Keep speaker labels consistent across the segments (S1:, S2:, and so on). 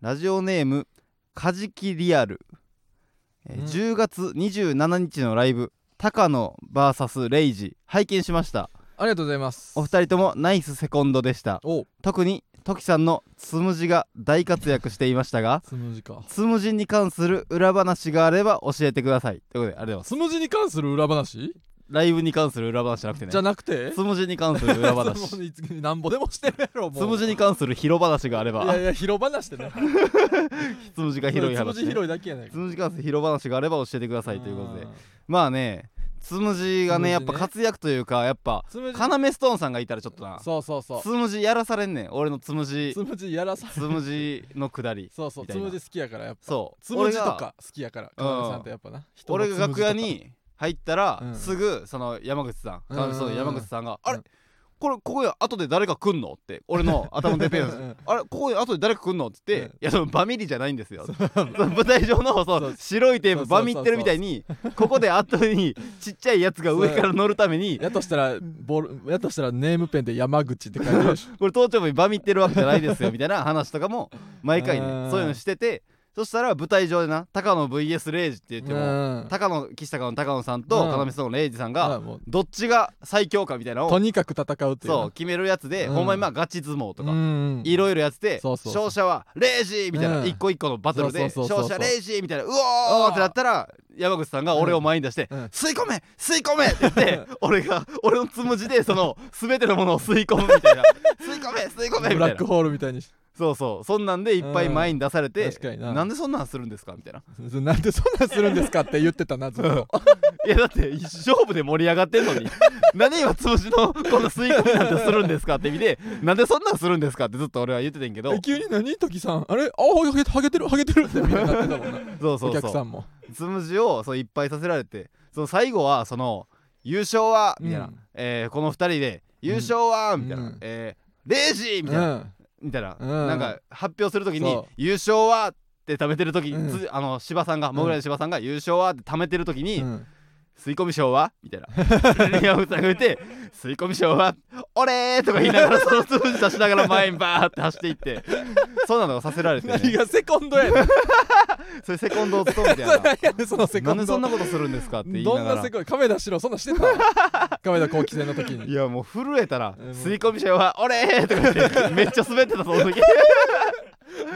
S1: ラジオネームカジキリアル、えー
S2: うん
S1: 10月27日のライブ高野 VS レイジ拝見しました
S2: ありがとうございます
S1: お二人ともナイスセコンドでした
S2: お
S1: 特にトキさんのつむじが大活躍していましたが
S2: つむじか
S1: つむじに関する裏話があれば教えてくださいということでありがとうございます
S2: つむじに関する裏話
S1: ライブに関する裏話じゃなくてね
S2: じゃなくて
S1: つむじに関する裏 話
S2: つむじなんぼでもしてるやろも
S1: つ
S2: う
S1: むじに関する広話があれ
S2: いや
S1: ば
S2: いや広話でね
S1: つむじが
S2: つ
S1: 広い
S2: む
S1: 話
S2: じ
S1: ね
S2: 広いだけやない
S1: つ
S2: か
S1: むじに関する広話があれば教えてくださいということで
S2: あー
S1: まあねつむじがね
S2: つむじね
S1: やっぱ活躍というかやっぱ
S2: つむじ
S1: 要ストーンさんがいたらちょっとな
S2: そうそうそう
S1: つむじやらされんねん俺のつむじ
S2: つむじやらさ
S1: つむじのくだり
S2: そうそう
S1: みた
S2: つ
S1: いな
S2: むじ好きやからやっぱ
S1: そう
S2: つむじと
S1: 俺が
S2: か好きやから川上さんってやっぱな人の
S1: 俺が
S2: つむ
S1: 楽
S2: じとか
S1: 屋に入ったら、
S2: うん
S1: すぐその山口さん
S2: うん
S1: 川上さんの山口さんが「あれ
S2: うん
S1: これここへ後で誰か来んの?」って俺の頭のてっぺん
S2: うんうん
S1: あれここへ後で誰か来んの?」って言って「
S2: うん
S1: いやそのバミリじゃないんですよ」その舞台上のそ
S2: そうう
S1: 白いテー
S2: そ
S1: プ
S2: うそう
S1: バミってるみたいにここで後にちっちゃいやつが上から乗るために
S2: やとしたらボールやとしたらネームペンで山口って書いてあるでしょ
S1: これ頭頂部にバミってるわけじゃないです よみたいな話とかも毎回
S2: う
S1: ね
S2: ん
S1: そういうのしててそしたら舞台上でな高野 VS レイジって言っても
S2: うん
S1: 高野岸高野の高野さん
S2: う
S1: と
S2: ん
S1: 要さんのレイジさん
S2: まあ
S1: が
S2: もう
S1: どっちが最強かみたいなの
S2: と
S1: を
S2: にかく戦うっていうな
S1: そう決めるやつで
S2: うん
S1: ほんまにまあガチ相撲と
S2: うん
S1: か
S2: うん
S1: いろいろやってて
S2: そうそうそう
S1: 勝者は「レイジ!」みたいうなん一個一個のバトルで
S2: そうそうそうそう
S1: 勝者レイジみたいな「うおー!」ってなったら山口さんが俺を前に出して
S2: うん
S1: 「吸い込め吸い込め!」って言 って俺が俺のつむじでその全てのものを吸い込むみたい な「吸い込め吸い込め!」
S2: ブ
S1: みた
S2: ラ
S1: い
S2: ック
S1: な
S2: ホールみたいにし
S1: そうそうそんなんでいっぱい前に出され
S2: う
S1: て
S2: ん確かにな
S1: なんでそんなんするんですかみたいな
S2: なんでそんなんするんですかって言ってたなずっと
S1: いやだって一勝負で盛り上がってんのに 何今つむじのこの吸い込みなんてするんですかって意味でなんでそんなんするんですかってずっと俺は言っててんけど
S2: え急に何時さんあれあハゲハゲてるハゲてるってみんななってたもんな
S1: そうそ
S2: お
S1: う
S2: 客
S1: そう
S2: さんも
S1: つむじをそういっぱいさせられてその最後はその優勝はみたいな、
S2: うん
S1: えーこの2人で優勝はみたいな、
S2: うん
S1: えーレイジーみたいな、みたいな、
S2: うん
S1: なんか発表するときに
S2: そう
S1: 優勝はって貯めてるとき、
S2: うん
S1: つあの芝さんがモグライの芝さんが優勝はって貯めてるときに、
S2: うんうん
S1: 吸い込み賞はみたいな宮本さんが言って吸い込み賞は俺ーとか言いながらそのつむじ出しながら前にバーって走っていってそうなのがさせられて、
S2: 何
S1: ね、
S2: がセコンドやねん
S1: それセコンドを務めてやな
S2: 何やねんその セコ
S1: なん
S2: ンド
S1: でそんなことするんですかって言いなが
S2: ど
S1: ら
S2: んなセコンド亀田四郎そんなんして た亀田光輝戦の時
S1: い
S2: に
S1: やもう震えたら
S2: えーもう
S1: 吸い込み者は「俺!」とか言ってめっちゃ滑ってたその 時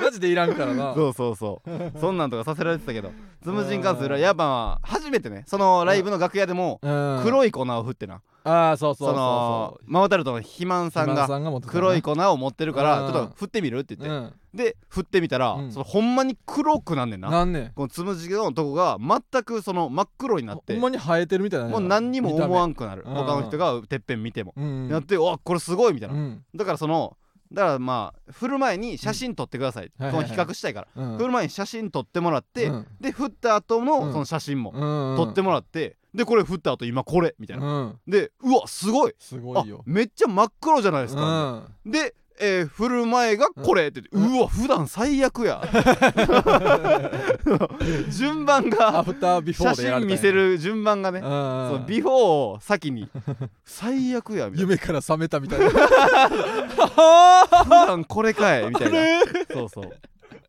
S2: マジでいらんからな
S1: そうそうそうそんなんとかさせられてたけどつむじに関するやっぱ初めてねそのライブの楽屋でも
S2: 黒い
S1: 黒い粉を振ってな
S2: ああそうそう
S1: そ
S2: そうそ
S1: の
S2: う
S1: ママタルトの肥満さん
S2: 今田
S1: が
S2: 持ってたな
S1: 黒い粉を持ってるから
S2: うん
S1: ちょっと振ってみるって
S2: う
S1: 言って
S2: ん
S1: で振ってみたら
S2: うん
S1: そのほんまに黒くなんねんな
S2: なんねん
S1: このつむじのとこが全くその真っ黒になっ
S2: ほ
S1: て
S2: んまに生えてるみたいな
S1: もう何にも思わ
S2: ん
S1: んくなる
S2: 見た目
S1: 他の人がてっぺん見ても
S2: うん
S1: やって「うわこれすごい」みたいな
S2: うん
S1: だからそのだからまあ振る前に写真撮ってください、
S2: はいはい
S1: そ
S2: は
S1: の
S2: い
S1: 比較したいから、
S2: うん
S1: 振る前に写真撮ってもらって、
S2: うん
S1: で振った後
S2: う
S1: の
S2: ん
S1: その写真も
S2: うん
S1: 撮ってもらって、でこれ振った後今これみたいな、
S2: うん
S1: でうわすごい
S2: すご
S1: あ
S2: いよ
S1: めっちゃ真っ黒じゃないですか、
S2: うん
S1: で、えー振る前がこれって言って、う
S2: うん
S1: わ普段最悪 や順番
S2: ア
S1: が
S2: フタービフォ
S1: 写
S2: ーでや
S1: 真
S2: られたんや
S1: 見せる順番がね、
S2: うん
S1: そうビフォーを先に最悪やみたいな
S2: 夢から覚めたみたい な
S1: 普段これかいみたいなそうそう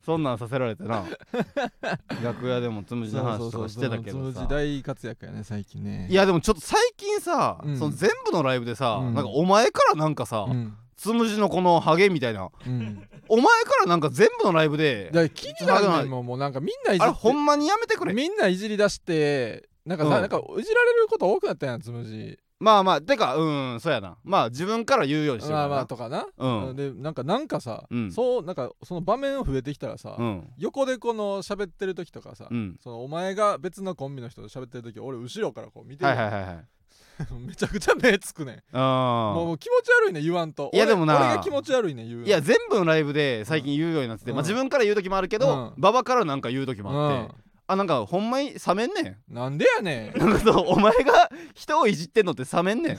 S1: そんなんさせられてな楽屋でもつむじの話とかしてたけど
S2: つむじ
S1: さ
S2: 大活躍やね最近ね
S1: いやでもちょっと最近さ、
S2: うん
S1: その全部のライブでさ、
S2: うん
S1: なんかお前からなんかさ、
S2: うん
S1: つむじのこのハゲみたいな
S2: うん
S1: お前からなんか全部のライブで
S2: だから気になるねんもんもうなんかみんないじ
S1: あれ
S2: っ
S1: ほんまにやめてく
S2: て
S1: れ
S2: みんないじり出してなんかさ
S1: うん
S2: なんかいじられること多くなったやんつむじ
S1: まあまあてかうんそうやなまあ自分から言うようにしてるか
S2: ま
S1: らな
S2: あまあとかな
S1: うん
S2: でなんかなんかさ
S1: うん
S2: そうなんかその場面増えてきたらさ
S1: うん
S2: 横でこの喋ってる時とかさ
S1: うん
S2: そのお前が別のコンビの人と喋ってる時俺後ろからこう見てる
S1: は
S2: や
S1: い
S2: ん
S1: はいはいはい
S2: めちゃくちゃ目つくねん
S1: あ
S2: もう気持ち悪いね言わんと
S1: いやでもな
S2: 俺俺が気持ち悪いね言う
S1: いや全部のライブで最近言うようになってて、
S2: うん
S1: まあ、自分から言う時もあるけど、
S2: うん
S1: 馬場からなんか言う時
S2: う
S1: もあって、
S2: ん
S1: あなんかほんまに冷めん ね
S2: なんでやね
S1: んなんかそうお前が人をいじって んのって冷めんねん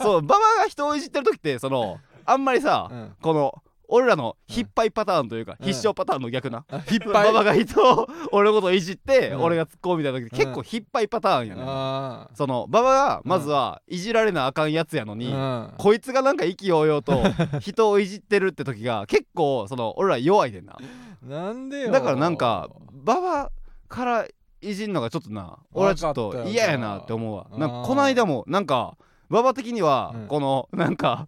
S1: そう馬場が人をいじってる時ってそのあんまりさ、
S2: ん
S1: この俺らの引っ張りパターンというか、
S2: うん
S1: 必勝パターンの逆な、
S2: 引っ張
S1: 馬
S2: り
S1: 場が人を 俺のことをいじって、
S2: うん
S1: 俺が突っ込むみたいな時、結構引っ張りパターンやね、
S2: あ
S1: その馬場がまずはいじられなあかんやつやの
S2: ー
S1: に、
S2: う ん
S1: こいつがなんか意気揚々 と人をいじってるって時が結構その俺ら弱いでんな
S2: なんでよ
S1: だからなんか馬場からいじんのがちょっとな俺はちょっ
S2: わかっ
S1: と
S2: たよ
S1: 嫌やなって思うわなんか
S2: あー
S1: この間もなんか馬場的には
S2: うん
S1: このなんか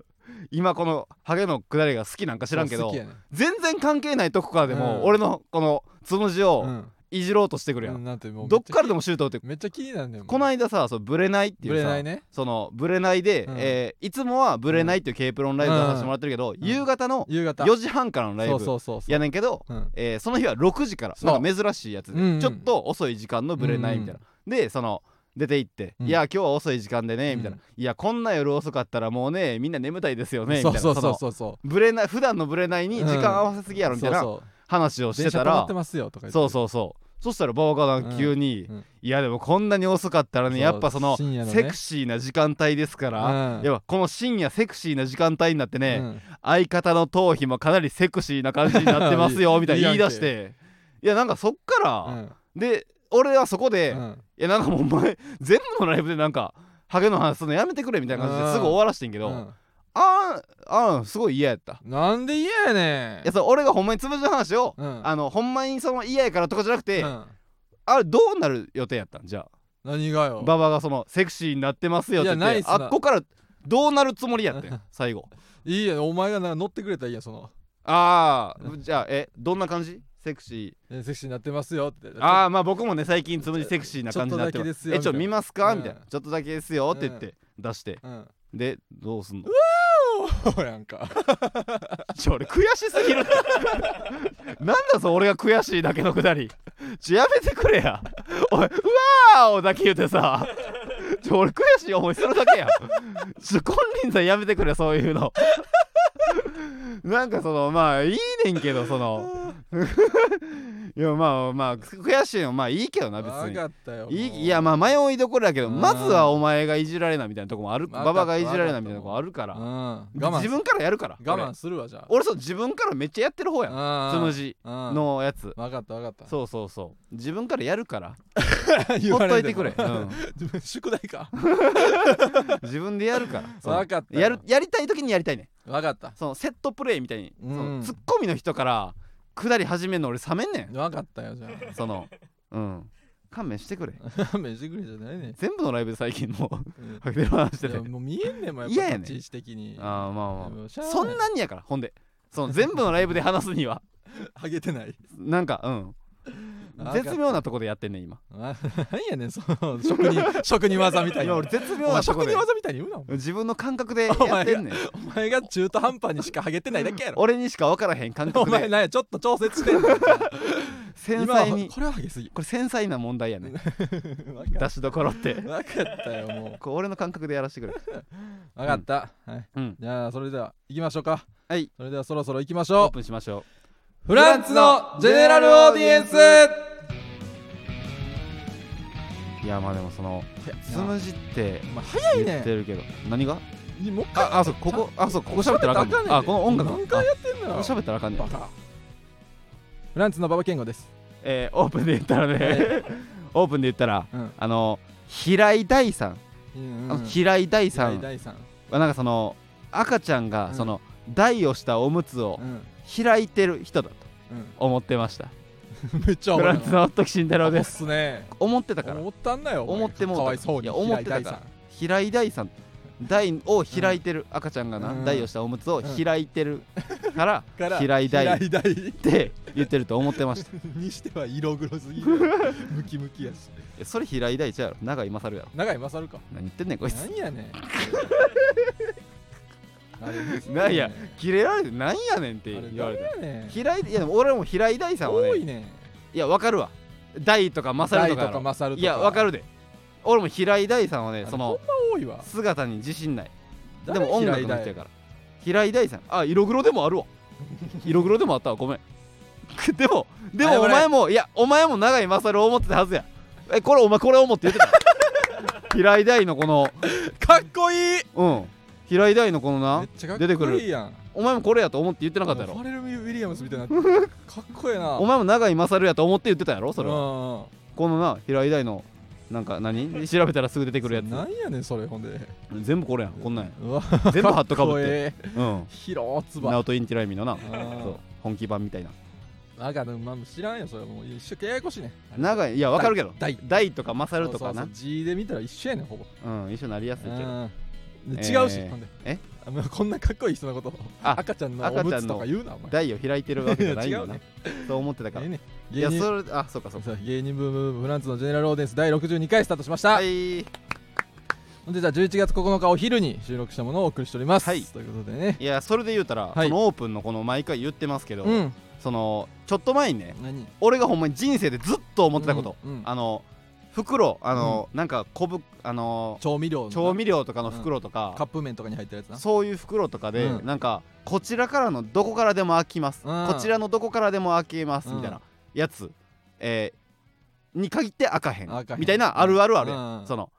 S1: 今このハゲのくだりが好きなんか知らんけ
S2: 好
S1: ど
S2: きやね
S1: 全然関係ないとこからで
S2: う
S1: も
S2: ん
S1: 俺のこのつむじ
S2: う
S1: を
S2: ん
S1: いじろうとしてくるや
S2: うんんなんてもう
S1: どっからでもシュート打って
S2: めっちゃ気になるんだよ
S1: この間さそうブレないってい
S2: ぶ
S1: う
S2: れ
S1: さ
S2: ないね
S1: そのブレないで
S2: うん
S1: えーいつもはブレないっていう K プロのライブ出させてもらってるけど
S2: ん
S1: 夕方の
S2: 夕方
S1: 4時半からのライ
S2: そうそ
S1: ブ
S2: うそうそう
S1: やねんけど
S2: うん
S1: えーその日は6時から
S2: そう
S1: なんか珍しいやつで、
S2: うんうん
S1: ちょっと遅い時間のブレないみたいな、でその出て行って「
S2: うん
S1: いや今日は遅い時間でね」みたいな「
S2: うん
S1: いやこんな夜遅かったらもうねみんな眠たいですよね」みた
S2: そ
S1: いうな
S2: そうそう
S1: その
S2: そうそう
S1: ブレない普段のブレないに時間合わせすぎやろみたいな
S2: そうそう
S1: 話をして
S2: 電車
S1: た
S2: 止
S1: ら、
S2: まってますよとか言って
S1: そうそうそうそしたら馬場が
S2: うん
S1: 急に、
S2: うん
S1: いやでもこんなに遅かったらね
S2: そう
S1: やっぱその
S2: 深夜のね
S1: セクシーな時間帯ですから、
S2: うん
S1: やっぱこの深夜セクシーな時間帯になってね、
S2: うん
S1: 相方の頭皮もかなりセクシーな感じになって ますよみたいな言い出していやなんかそっから、で俺はそこで、
S2: うん
S1: い
S2: う
S1: や
S2: ん
S1: なんかもうお前全部のライブでなんかハゲの話するのやめてくれみたいな感じ
S2: う
S1: で
S2: ん
S1: すぐ終わらしてんけど、
S2: うん
S1: あーあーすごい嫌やった
S2: なんで嫌やねん
S1: いやそう俺がほんまにつぶしの話を、
S2: うん
S1: あのほんまにその嫌やからとかじゃなくて、
S2: うん
S1: あれどうなる予定やったんじゃあ
S2: 何がよ
S1: 馬場がそのセクシーになってますよって言っ
S2: いやない
S1: て
S2: っすな
S1: あっこからどうなるつもりやって ん最後
S2: いいやお前がな乗ってくれたらいいやその
S1: ああじゃあえどんな感じセクシー
S2: えセクシーになってますよって
S1: ああまあ僕もね最近つむじセクシーな感じになって
S2: ちょっとだけ
S1: ま
S2: ですすよ
S1: えちょ
S2: みたいな
S1: 見ますか
S2: うん
S1: みたいなちょっとだけですよって言って出して
S2: うん
S1: でどうすんの
S2: そうやんか
S1: ちょ俺悔しすぎる なんだぞ俺が悔しいだけのくだりちょやめてくれやおいうわーおだけ言うてさちょ俺悔しい思いするだけやんちょ金輪際やめてくれそういうのなんかそのまあいいねんけどその いやまあまあ悔しいのまあいいけどな別
S2: 分
S1: に
S2: かったよ
S1: い
S2: もう
S1: いやまあ迷いどころやけど
S2: うん
S1: まずはお前がいじられなみたいなとこもある
S2: わかっ
S1: 馬
S2: た
S1: 場がいじられなみたいなとこあるか
S2: うん
S1: ら
S2: 我慢
S1: 自分からやるから俺
S2: 我慢するわじゃ
S1: 俺そう自分からめっちゃやってる方やん
S2: あ
S1: つむ
S2: じ
S1: じ
S2: の
S1: のやつ
S2: 分かった分かった
S1: そうそうそう自分からやるから
S2: 言
S1: ほ
S2: わ
S1: っと
S2: れ
S1: いてくれ、
S2: も
S1: うん
S2: 自分宿題か
S1: 自分でやるからその
S2: わかったよ
S1: やるやりたい時にやりたいね
S2: 分かった
S1: そのセットプレーみたいに、
S2: うん
S1: そのツッコミの人から下り始めんの俺冷めんねん
S2: 分かったよじゃ
S1: そ のうん勘弁してくれ
S2: あ勘弁してくれじゃないね
S1: 全部のライブで最近もう
S2: う ん
S1: ハゲてる話して
S2: い
S1: て
S2: やもう見えんねんもん
S1: 嫌やねん
S2: 立ち位置的に
S1: ああまあまあ
S2: でもしゃあない
S1: そんなにやからほんでその全部のライブで話すには
S2: ハゲてない
S1: なんかうん
S2: あ
S1: 絶妙なとこでやってんねん今
S2: あ何やねんその職人職人技みたい
S1: い
S2: な
S1: や
S2: お
S1: 俺絶妙
S2: 前
S1: なとこ
S2: 職
S1: で
S2: 人技みたいに言うなお前
S1: 自分の感覚 でやってんねん
S2: お前が中途半端にしかハゲてないだけやろ
S1: 俺にしか分からへん 感
S2: お
S1: 覚
S2: 前
S1: で
S2: なんやちょっと調 節してんの
S1: 繊
S2: 今は
S1: 細にこ
S2: これはハゲすぎ
S1: れ繊細な問題や ね
S2: 分か
S1: 出しどころって
S2: 分かったよもう
S1: こう俺の感覚でやらせてくれ
S2: 分かった、はい
S1: うん
S2: じゃあそれでは行きましょうか
S1: はい
S2: それではそろそろ行きまし
S1: オ
S2: ょ
S1: ープンしましょ
S2: うフランスのジェネラルオーディエンス
S1: ういやまあでもそのつむじって
S2: お前早い
S1: 言
S2: ね
S1: ってるけど何が
S2: んもう一回
S1: ああそうここあそうここ喋ったらあかん
S2: ね
S1: のあこの音楽
S2: 何
S1: あ
S2: 回やってんの
S1: こ
S2: よ
S1: こ喋ったらあかんねん
S2: バカフランスの馬場健吾です
S1: えーオープンで言ったらね オープンで言ったら
S2: うん
S1: あの平井大さん、
S2: うん
S1: あ
S2: う
S1: の
S2: ん
S1: 平井大さ
S2: 第
S1: ん
S2: 第三
S1: はなんかその赤ちゃん
S2: う
S1: が
S2: ん
S1: その台をしたおむつを
S2: うん
S1: 開いてる人だと思ってました、
S2: うんめっちゃ
S1: フランスの特進太郎
S2: で
S1: です
S2: すね
S1: 思ってたから
S2: 思ったんだよお前
S1: 思ってもうた
S2: かわいそう
S1: い
S2: に
S1: や思ってたから平井大さん台を開いてる赤ちゃんがな、
S2: うん
S1: 台をしたおむつを開いてるから
S2: 平井大から
S1: 平井大っ
S2: 平井大
S1: て言ってると思ってました
S2: にしては色黒 すぎるムキムキやし
S1: えそれ平井大ちゃうやろ長井勝やろ
S2: 長井勝か
S1: 何言ってんねんこいつ
S2: なんや ねんあれむずいね
S1: なんやキレられてなんやねんっ
S2: あ
S1: て
S2: れ
S1: 言われて
S2: 誰やねん
S1: 平井いやでも俺も平井大さんは
S2: 多い
S1: ね
S2: ね
S1: いやわかるわ大とか勝るとかや
S2: 大とか
S1: ろ
S2: マサルとか
S1: いやわかるで俺も平井大さんはね
S2: あれ
S1: その
S2: ほんま多いわ
S1: 姿に自信ないで
S2: 誰
S1: も音楽の人
S2: 平
S1: や
S2: 井
S1: から平井大さんあ色黒でもあ るわ色黒でもあったわごめん でもで
S2: 謝れ
S1: もお前もいやお前も永井勝を思ってたはずやえこれお前これ思って言ってた 平井大のこの
S2: 大かっこいい
S1: うん平井大のこの
S2: め
S1: な
S2: っちゃかっこいいやん
S1: お前もこれやと思って言ってなかったや
S2: フ
S1: ろ
S2: ァレル・ウィリアムスみたいになって るかっこええな
S1: お前も永井勝やと思って言ってたやろそれは
S2: は
S1: このな平井大のなんか何調べたらすぐ出てくるやつ
S2: なんやねんそれほんで
S1: 全部これやんこんなんや
S2: うわ
S1: 全部ハットか
S2: こ
S1: ぶって
S2: ええ
S1: うん
S2: 広つば
S1: ナオトインティライミのなそう
S2: あ
S1: 本気版みたいな
S2: あかんまあ知らんよそれはもう一緒ややこしいね
S1: 長いいやわかるけど
S2: 大
S1: 大とか勝るとか
S2: そう
S1: な
S2: そうそう G で見たら一緒やねんほぼ
S1: うん一緒になりやすいけど
S2: うん
S1: え
S2: で
S1: ー
S2: 違うし、ほんで
S1: え
S2: あもうこんなかっこいい人のことを
S1: あ
S2: 赤ちゃんの
S1: 赤
S2: お
S1: ち
S2: む
S1: ゃん
S2: つ
S1: の
S2: とか言うなお前
S1: 大を開いてるわけじゃないよ
S2: 違
S1: な
S2: う
S1: そう思ってたか
S2: ええ
S1: ら
S2: ね
S1: い
S2: ん芸
S1: や
S2: 人
S1: それあそうかそうか
S2: そう芸人ブームブームフランスのジェネラルオーディエンス第62回スタートしました、
S1: はい
S2: ほんでじゃあ11月9日お昼に収録したものをお送りしております、
S1: はい
S2: ということでね
S1: いやそれで言うたら、
S2: はい
S1: そのオープンのこの毎回言ってますけど、
S2: うん
S1: そのちょっと前にね
S2: 何
S1: 俺がほんまに人生でずっと思ってたこと、
S2: うんうん
S1: あの袋あの、なんか小ぶあの
S2: 調味料の
S1: 調味料とかの袋とか
S2: カ、ップ麺とかに入ったやつな
S1: そういう袋とかで、
S2: うん
S1: なんかこちらからのどこからでも開きます、
S2: うん
S1: こちらのどこからでも開けます、
S2: うん
S1: みたいなやつ、えーに限って開かへん
S2: 開かへん
S1: みたいなあるあるあるやん、
S2: うん
S1: その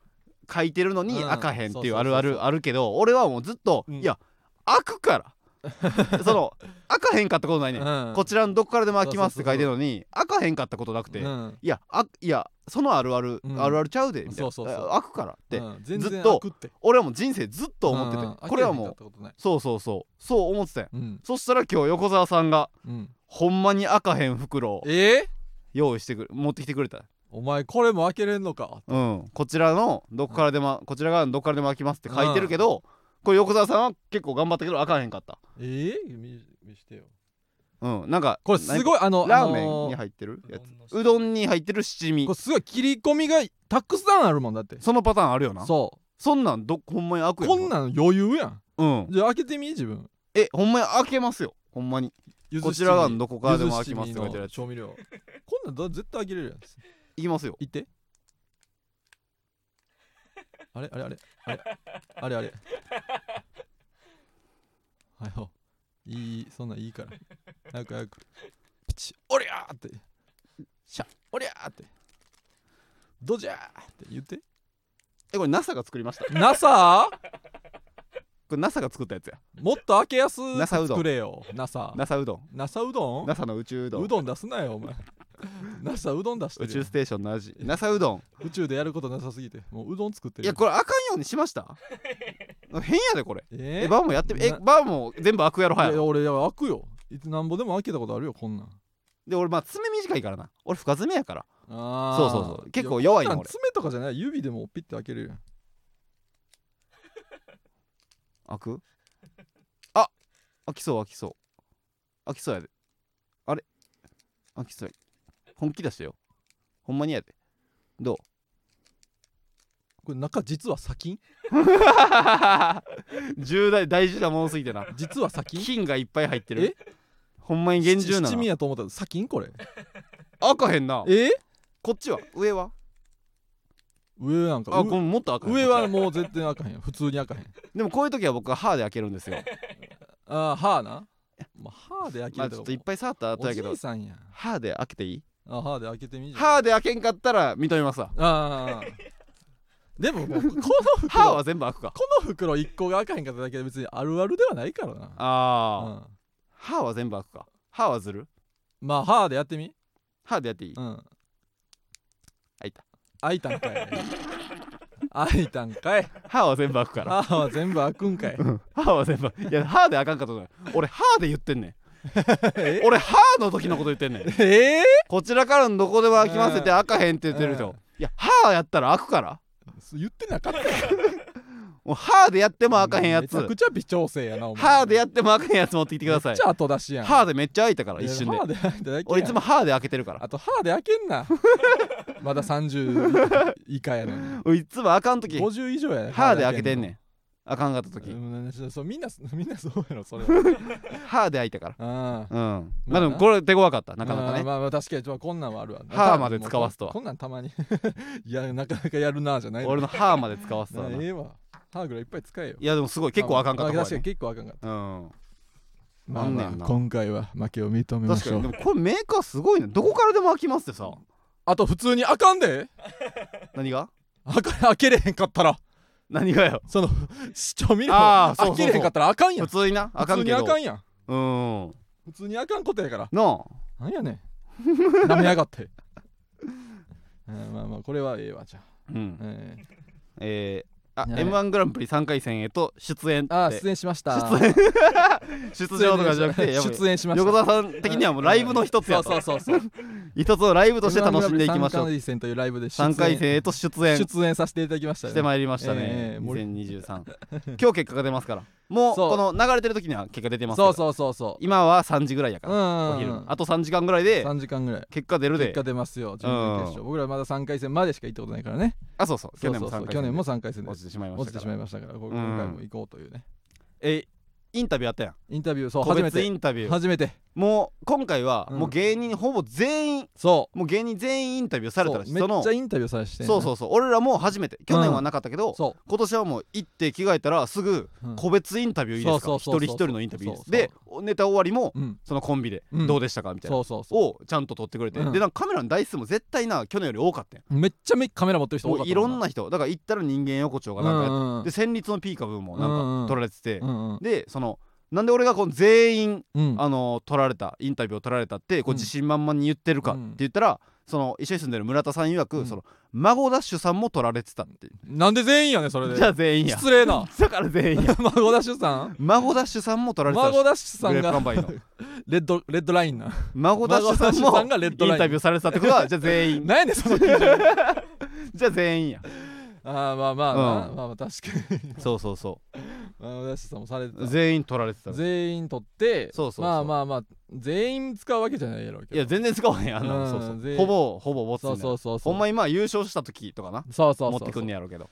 S1: 書いてるのに
S2: うん
S1: 開かへんっていう
S2: そうそうそうそう
S1: あるあるあるけど俺はもうずっと、
S2: うん
S1: いや開くから その開かへんかったことないねん、
S2: うん
S1: こちらのどこからでも開きますって書いてるのに開かへんかったことなくて、
S2: うん
S1: いやあいやそのあるある、
S2: うん
S1: あるあるちゃうでみたいな
S2: そうそうそう
S1: 開くからって、
S2: うん全然
S1: ずっと
S2: 開くって
S1: 俺はもう人生ずっと思ってて、
S2: うん
S1: これはもう
S2: 開けへんかったことない
S1: そうそうそうそう思ってたんや
S2: うん
S1: そしたら今日横澤さんが
S2: うん
S1: ほんまに開かへん袋を
S2: えー
S1: 用意してくれ持ってきてくれた
S2: お前これも開けれんのか
S1: うんこちらのどこからでも、こちら側のどこからでも開きますって書いてるけど、これ横澤さんは結構頑張ったけど開かへんかった
S2: ええ見見してよ
S1: うんなんか
S2: これすごいあの
S1: 何ラーメ
S2: あの
S1: ン
S2: ー
S1: に入ってるやつう
S3: う
S1: ど
S3: どん
S1: んに入ってる七味
S2: これすごい切り込みがたくさんあるもんだって
S1: そのパターンあるよなそ
S2: そ
S1: んなんどほんまに開
S2: う
S1: くよ
S2: こんなん余裕やん
S1: うん
S2: じゃあ開けてみ自分
S1: えほんまに開けますよほんまに
S2: ゆず
S1: こちら側のどこからでも開きますって書いてあるやつ
S2: 調味料こんなんだ絶対開けれるやつ
S1: いきますよ
S2: いってあれあれあれあれあれあれはよいいそんなんいいから早く早くピチおりゃーってシャおりゃーってどじゃーって言って
S1: えこれ NASA が作りましたこ
S2: NASA?
S1: れ NASA が作ったやつや
S2: もっと開けやす
S1: NASA うどん
S2: 作れよ NASA
S1: NASA うどん
S2: NASA うどん
S1: NASA の宇宙うどん
S2: うどん出すなよお前 NASA うどん出して
S1: 宇
S2: るや
S1: 宙
S2: ん
S1: ステーションの味 NASA うどん
S2: 宇宙でやることなさすぎてもううどん作って
S1: い
S2: る
S1: やこれあかんようにしました 変やでこれ
S2: え
S1: え
S2: ー
S1: バーもやってみえ
S2: な
S1: バーも全部開くやろはい
S2: や
S1: や
S2: 俺いや開くよいつなんぼでも開けたことあるよこんなん
S1: で俺まあ爪短いからな俺深爪やから
S2: あ
S1: そうそうそう結構弱いの
S2: の
S1: 俺
S2: 爪とかじゃない指でもピッて開けるよ
S1: 開くあ開きそう開きそう開きそうやであれ開きそうや本気出してよほんまにやで どう
S2: これ中実は砂金
S1: 重大大事なものすぎてな
S2: 実は砂金
S1: 金がいっぱい入ってるほんま に厳重な
S2: 七味
S1: の
S2: やと思ったら砂金これ
S1: 開かへんな
S2: え
S1: こっちは上は
S2: 上なんか
S1: あ
S2: う
S1: これもっと開かへん
S2: 上はもう絶対開かへん普通に開かへん
S1: でもこういう時は僕は歯で開けるんです よ
S2: あー歯なまあ歯で開け
S1: まあち
S2: る
S1: ょっ
S2: こと
S1: いっぱい触った後
S2: お
S1: やけ
S2: じ
S1: ど
S2: いさんやん
S1: 歯で開けていい
S2: あ歯で開けてみ
S1: 歯で開けんかったら認めます わ
S2: あーでももうこの袋
S1: 歯は全部開くか
S2: この袋1個が開かへんかっただけで別にあるあるではないからな
S1: あー
S2: うん
S1: 歯は全部開くか歯はずる
S2: まあ歯でやってみ
S1: 歯でやってい い
S2: うん。
S1: 開いた。
S2: 開いたんか い。開いたんかい。
S1: 歯は全部開くから
S2: 歯は全部開くんかい。
S1: 歯は全部い や歯で開かんかったのよ俺歯で言ってんねん
S2: え
S1: 俺歯の時のこと言ってんねん
S2: え
S1: こちらからのどこでも開きますって開かへんって言ってる
S2: うん
S1: 人いや歯やったら開くから
S2: ー、言ってなかった。
S1: もう歯でやっても開かへんや
S2: めちゃく
S1: つ
S2: ちゃ微調整やな。お前
S1: 歯でやっても開かへんやつ持ってきてください
S2: めっちゃ後出しやん。
S1: 歯でめっちゃ開いたから
S2: いや
S1: 一瞬で
S2: 歯で開いただけやん
S1: 俺いつも。歯で開けてるから
S2: あと歯で開けん な。まだ30以下やのに。
S1: いつもあかん時
S2: 50以上やね
S1: 歯で開けてんねんあかんかった時
S2: うんそうみんなみんなそうやろそれは
S1: 歯で開いたから
S2: あー
S1: うんま
S2: まあな
S1: あでもこれ手強かったなかなか
S2: あー
S1: ね
S2: まあまあ確かにちょこんなんはあるわ
S1: 歯まで使わすとは
S2: こんなんたまに いやなかなかやるなじゃないの
S1: 俺の歯まで使わせたらない
S2: ええわ。歯ぐらいいっぱい使えよ。
S1: やでもすごい結構あかんかった
S2: ま
S1: 方
S2: あ確か
S1: や
S2: に
S1: ね
S2: 結構あかんかっ
S1: うん
S2: た。まあま
S1: なんねんな
S2: あ、今回は負けを認めま
S1: 確
S2: し
S1: か
S2: ょ
S1: にで
S2: う。
S1: もこれメーカーすごいねどこからでも開きますってさ
S2: あと普通にあかんで
S1: 何が
S2: あか開けれへんかったら。
S1: 何がよ
S2: その調味料
S1: あーそうそう
S2: 飽
S1: そう
S2: きれへんかったらあかんや
S1: 普
S2: ん
S1: 通になあかんけど
S2: 普通にあかんやん
S1: うん
S2: 普通にあかんことやから
S1: の
S2: なんやねん舐めやがって えーまあまあこれはええわじゃあ、
S1: うん
S2: え
S1: えーあ、
S2: ね
S1: m 1グランプリ3回戦へと出演っ
S2: ー、ああ
S1: て
S2: 出演しました
S1: 出場とかじゃなくてやっぱり
S2: 出演しました
S1: 横澤さん的にはもうライブの一つやと
S2: そうそうそうそう
S1: 一つをライブとして楽しんでいきましょう
S2: 3回戦というライブで出演
S1: 3回戦へと出演し
S2: 出演させていただきましたね
S1: てまいりましたね
S2: えー盛
S1: 2023今日結果が出ますからもう
S2: そう
S1: この流れてる時には結果出てますけ
S2: そ
S1: ど
S2: うそうそうそ
S1: 今は3時ぐらいやか
S2: うう
S1: ら
S2: ん
S1: お昼のあと3時間ぐらいで
S2: 3時間ぐらい
S1: 結果出る
S2: 結
S1: で
S2: 果出ますよ準々決勝僕らまだ3回戦までしか行ったことないからね
S1: あそうそう去年も
S2: そう
S1: 3
S2: そう
S1: 回
S2: 去年も
S1: 戦
S2: 3回戦で
S1: 落ちてしまいま
S2: 落
S1: し
S2: ちて
S1: た
S2: し
S1: か
S2: まい
S1: ら
S2: ましたからこ
S1: ん
S2: 今回も行こうというね
S1: えインタビューあったやん
S2: インタビューそう
S1: 個
S2: 初め
S1: 別イ
S2: て
S1: ンタビュー
S2: 初めて
S1: もう今回は
S2: うん
S1: もう芸人ほぼ全員
S2: そう
S1: もう芸人全員インタビューされたらしい
S2: そう
S1: そ
S2: めっ
S1: の
S2: ちゃインタビューされしてんな
S1: そうそうそう俺らも初めて去年はなかったけど
S2: そ
S1: 今年はもう行って着替えたらすぐ
S2: ううん
S1: 個別インタビューいいですか
S2: そう
S1: 一
S2: そうそう
S1: 人
S2: そう
S1: 一人のインタビューいいです
S2: そうそう
S1: でおネタ終わりも
S2: うん
S1: そのコンビで
S2: うん
S1: どうでしたかみたいな
S2: そうそうそ
S1: をちゃんと撮ってくれてで
S2: う
S1: なん
S2: ん
S1: かカメラの台数も絶対な去年より多かったやん
S2: うめっちゃめカメラ持ってる人多
S1: も
S2: か
S1: う
S2: った
S1: いろんな人だから行ったら人間横丁がなんかやって
S2: うんうんうん
S1: で戦慄のピーカブーも
S2: うん
S1: な
S2: うんん
S1: か撮られてて
S2: うん
S1: でそのなんで俺がこの全員
S2: うん
S1: あの撮られたインタビューを撮られたってこう
S2: うん
S1: 自信満々に言ってるかっ
S2: う
S1: て
S2: ん
S1: 言ったらその一緒に住んでる村田さん曰
S2: う
S1: く
S2: ん
S1: その孫ダッシュさんも撮られてたっていう
S2: なんで全員やねんそれで
S1: じゃあ全員や
S2: 失礼な
S1: だから全員や
S2: 孫田主さん
S1: 孫ダッシュさんも撮られてたらしい
S2: 孫田主さ
S1: グレー
S2: ん
S1: プ
S2: が
S1: カンパニーの
S2: レッドレッドラインな
S1: 孫ダッシュさん
S2: 孫ダッシュさ
S1: も
S2: んがレ
S1: イ
S2: ッドライン
S1: ンタビューされてたってことはじゃあ全員
S2: 何やねんその基準
S1: じゃあ全員や
S2: ああまあまあまあ、
S1: うん
S2: まあまあ確かに
S1: そうそうそ
S2: 孫田主さんもされて
S1: う
S2: た
S1: 全員撮られてたい
S2: 全員取って
S1: そうそうそう
S2: まあまあまあ全員使うわけじゃないやろうけど
S1: や全然使わへんあんなの
S2: うん
S1: そうそ
S2: 全
S1: う
S2: 員
S1: ほぼほぼボツ
S2: そう
S1: にな
S2: そ
S1: る
S2: うそうそ
S1: ほ
S2: うん
S1: ま今優勝した時とかな
S2: そうそう
S1: 持
S2: そ
S1: っ
S2: う
S1: てくんね
S2: ね
S1: やろうけど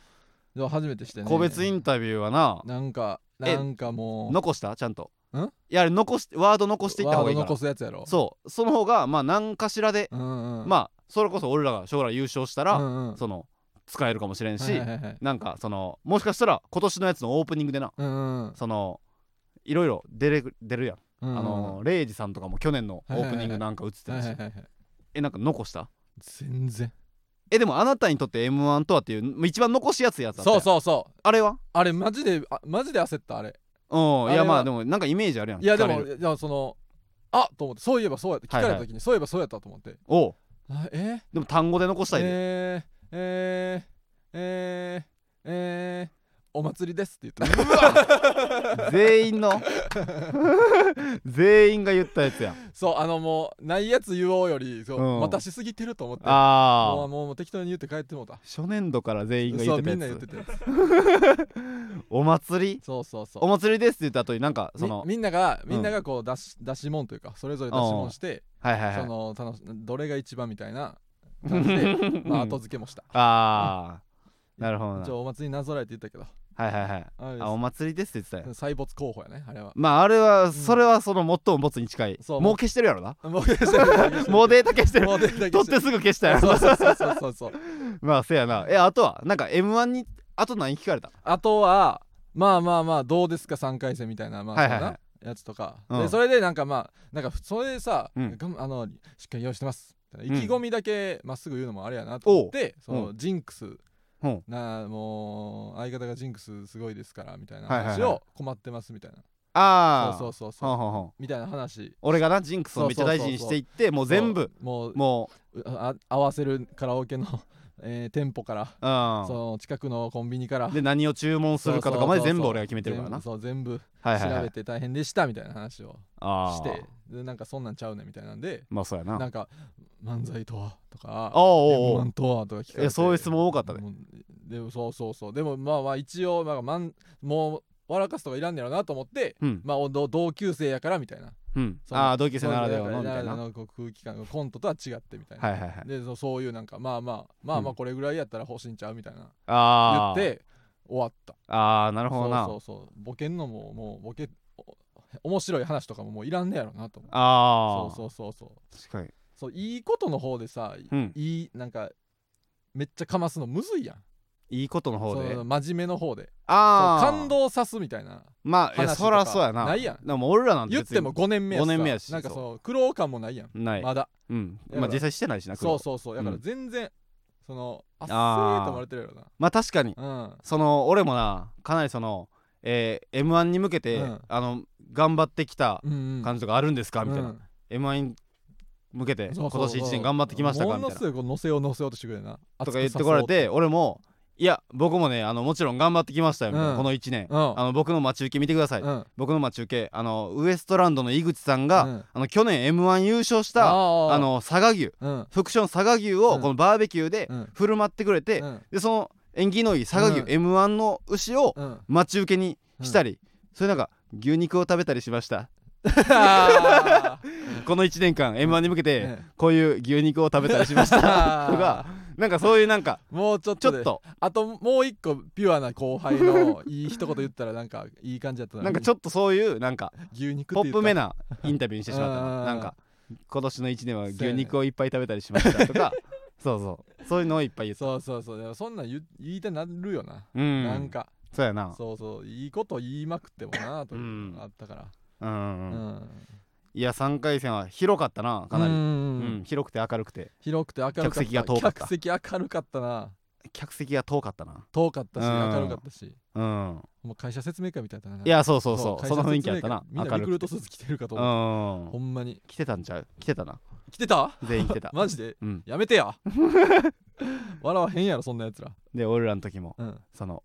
S2: でも初めてしてね
S1: 個別インタビューはな
S2: なんか
S1: え
S2: なんかもう
S1: 残したちゃんと
S2: ん
S1: いやあれ残してワード残していった方
S2: ワー
S1: がい
S2: ド
S1: いから
S2: 残すやつやろ
S1: そうその方がまあ何かしらで、
S2: うんうん
S1: まあそれこそ俺らが将来優勝したら、
S2: うんうん
S1: その使えるかもしれんし、
S2: はいはいはい
S1: なんかそのもしかしたら今年のやつのオープニングでな
S2: うんうんうん
S1: そのいろいろ出れ出るやん、
S2: うんうん
S1: あのレイジさんとかも去年のオープニングなんか映って
S2: は
S1: た
S2: い
S1: し、
S2: はいはいはい
S1: えなんか残した
S2: 全然
S1: えでもあなたにとって m 1とはっていう一番残しやつやつだった
S2: そ
S1: や
S2: うんそうそう
S1: あれは
S2: あれマジであマジで焦ったあれ
S1: うんい
S2: あれ
S1: や
S2: は
S1: まあでもなんかイメージあるやん
S2: いやで
S1: 聞か
S2: も
S1: れる
S2: いやそのあと思ってそういえばそうやって聞かれ
S1: はい
S2: た
S1: はい
S2: 時にそういえばそうやったと思って
S1: おう
S2: あえ
S1: でも単語で残したいで、
S2: えーえーえーえーお祭りですって言 ってうわ
S1: 全員 の全員が言ったやつやん
S2: そうあのもうないやつ言おうよりそう、
S1: うん
S2: 渡しすぎてると思って
S1: あ
S2: も
S1: あ
S2: うもうもう適当に言って帰ってもうた
S1: 初年度から全員が言
S2: そ
S1: っ
S2: う
S1: て
S2: みん
S1: た
S2: な
S1: や
S2: 言って
S1: つ
S2: たやつ
S1: お祭り
S2: そうそうそう
S1: お祭りですって言った後になんかその
S2: みみんなが
S1: ん
S2: みんながこう出し,、出し物というかそれぞれ出し物して、
S1: はいはい
S2: そ
S1: はい
S2: の楽しどれが一番みたいな 感じで、まあ、後付けもした
S1: ああなるほどな
S2: 一応お祭りなぞらえて言ったけど
S1: はいはいはい
S2: あれです
S1: あお祭りですって言ってたよ
S2: 細没候補やねあれは
S1: まああれは
S2: ん
S1: それはその最もボツに近い
S2: そ う
S1: もう消してるやろな
S2: もう消してる
S1: もうデータ消してる
S2: もう出て
S1: 取ってすぐ消したや
S2: そ
S1: ろ
S2: うそうそうそうそうそう
S1: まあせやなえあとはなんか m 1にあと何聞かれた
S2: あとはまあまあまあどうですか3回戦みたいなまあ、
S1: はいはいはい
S2: そうなやつとか、
S1: うん
S2: でそれでなんかまあなんかそれでさ、
S1: うん
S2: がんあのしっかり用意してますみたいな
S1: うん
S2: 意気込みだけまっすぐ言うのもあれやなと思って、その、
S1: う
S2: ジンクス
S1: うん
S2: なもう相方がジンクスすごいですからみたいな
S1: はいはいはい
S2: 話を困ってますみたいな、
S1: ああ
S2: そうそうそうそう
S1: ほんほんほん
S2: みたいな話
S1: 俺がなジンクスをめっちゃ大事にしていってもう全部
S2: そうもう
S1: も
S2: うあ合わせるカラオケの、 えー店舗から、
S1: うう
S2: その近くのコンビニから
S1: んで何を注文するかとかまで全部俺が決めてるからな
S2: そう全部
S1: はいはい
S2: 調
S1: は
S2: べ
S1: い
S2: て大変でしたみたいな話を
S1: あ
S2: し
S1: ー
S2: てでなんかそんなんちゃうねみたいなんで
S1: まあそうやな
S2: なんか漫才とはとか
S1: あおうおう
S2: M1 とはとか聞かれ
S1: え
S2: て
S1: そういう質問多かったで
S2: もうでもそうそうそうでもまあまあ一応まあまんもう笑かすとかいらんねやろなと思って
S1: うん、
S2: まあお同同級生やからみたいな
S1: うん、
S2: その
S1: ああ同級生ならではのみたいな
S2: らで
S1: は
S2: はのこう空気感コントとは違ってみたい
S1: い
S2: な、
S1: はいはい
S2: でそそういうなんかまあまあまあま
S1: う
S2: あこれぐらいやったら欲しいんちゃうみたいな言
S1: あ
S2: っ
S1: あ
S2: て終わった
S1: ああなるほどな
S2: そうそうそうボケんのももうボケお面白い話とかももういらんねやろなと思って
S1: あ
S2: そう
S1: う
S2: そうそうそう
S1: 確かに
S2: そういいことの方でさ、い
S1: うん
S2: いいなんかめっちゃかますのむずいやん
S1: いいことの方で
S2: その真面目の方で
S1: ああ
S2: そう感動さすみたいな
S1: まあいや
S2: 話と
S1: そ
S2: から
S1: そうやな
S2: ないやん
S1: でも俺らなんて
S2: 言っ
S1: 別に
S2: ても5年目やし
S1: 五
S2: さ
S1: 年目やし
S2: なんか
S1: そ
S2: そうの苦労感もないやん
S1: ない、
S2: まだ
S1: うん
S2: だから
S1: まあ実際してないしな
S2: そう
S1: う
S2: そうそうだから
S1: ん
S2: 全然、そのあっせ
S1: あー
S2: ーと思われてるやろ
S1: まあ確かに
S2: なうん
S1: その俺もなかなりその、え m 1に向けて、
S2: うん
S1: あの頑張ってきた
S2: うんうん
S1: 感じとかあるんですか、みたいな、
S2: うん
S1: m 1に向けて
S2: そ
S1: 今
S2: うそう
S1: 年1年頑張ってきましたか
S2: も
S1: み
S2: の
S1: たいな
S2: すごいこう乗せよう乗せようとしてくれるな
S1: とか言ってこられて俺もいや僕もねあのもちろん頑張ってきましたよみたいな、
S2: うん
S1: この1年、
S2: 熱く刺そう
S1: あの僕の待ち受け見てください、
S2: とうんうん
S1: 僕の待ち受けあのウエストランドの井口さんが、
S2: うん
S1: あの去年 m 1優勝し
S2: あ
S1: たあ
S2: ー
S1: の佐賀牛
S2: うん
S1: フクション佐賀牛を
S2: うん
S1: このバーベキューで
S2: うん
S1: 振る舞ってくれて、
S2: うん
S1: でその縁起のいい佐賀牛、
S2: うん
S1: m 1の牛を
S2: うん
S1: 待ち受けにしたり、それなんか牛肉を食べたりしました
S2: あー
S1: この1年間 m 1に向けて
S2: ね
S1: こういう牛肉を食べたりしましたとかなんかそういうなんか
S2: もうちょっ
S1: ちょ
S2: と
S1: っ
S2: で
S1: と
S2: あともう一個ピュアな後輩のいい一言言ったらなんかいい感じだったのに
S1: なんかちょっとそういうなんか
S2: 牛肉
S1: ポ
S2: って言
S1: ップ
S2: った
S1: めなインタビューにしてしまった
S2: う
S1: なんなんか今年の1年は牛肉をいっぱい食べたりしましたとか そうそうそういうのをいっぱい言って
S2: そうそうそうでもそんなん言言いたなるよな、
S1: うん
S2: なんか
S1: そうやな
S2: そうそういいこと言いまくってもなというのがあったから
S1: うんうん
S2: う
S1: うん
S2: ん
S1: いや3回戦は広かったなかなり、
S2: う
S1: うん
S2: ん
S1: 広くて明るくて
S2: 広くて明るかった
S1: 客席が遠かった
S2: 客席明るかったな
S1: 客席が遠かったな
S2: 遠かったし
S1: うん
S2: 明るかったし
S1: うん
S2: もう会社説明会みたいだったない
S1: やそうそうそうその雰囲気あったな
S2: みん
S1: 明
S2: なリ
S1: る
S2: クルー
S1: くて
S2: トスーツ着てるかと
S1: う
S2: 思うほ
S1: ん
S2: んまに
S1: 来てたんちゃう来てたな
S2: 着てた
S1: 全員来て た
S2: マジで
S1: うん
S2: やめてや笑わへんやろそんなやつら
S1: で俺らの時も
S2: うん
S1: その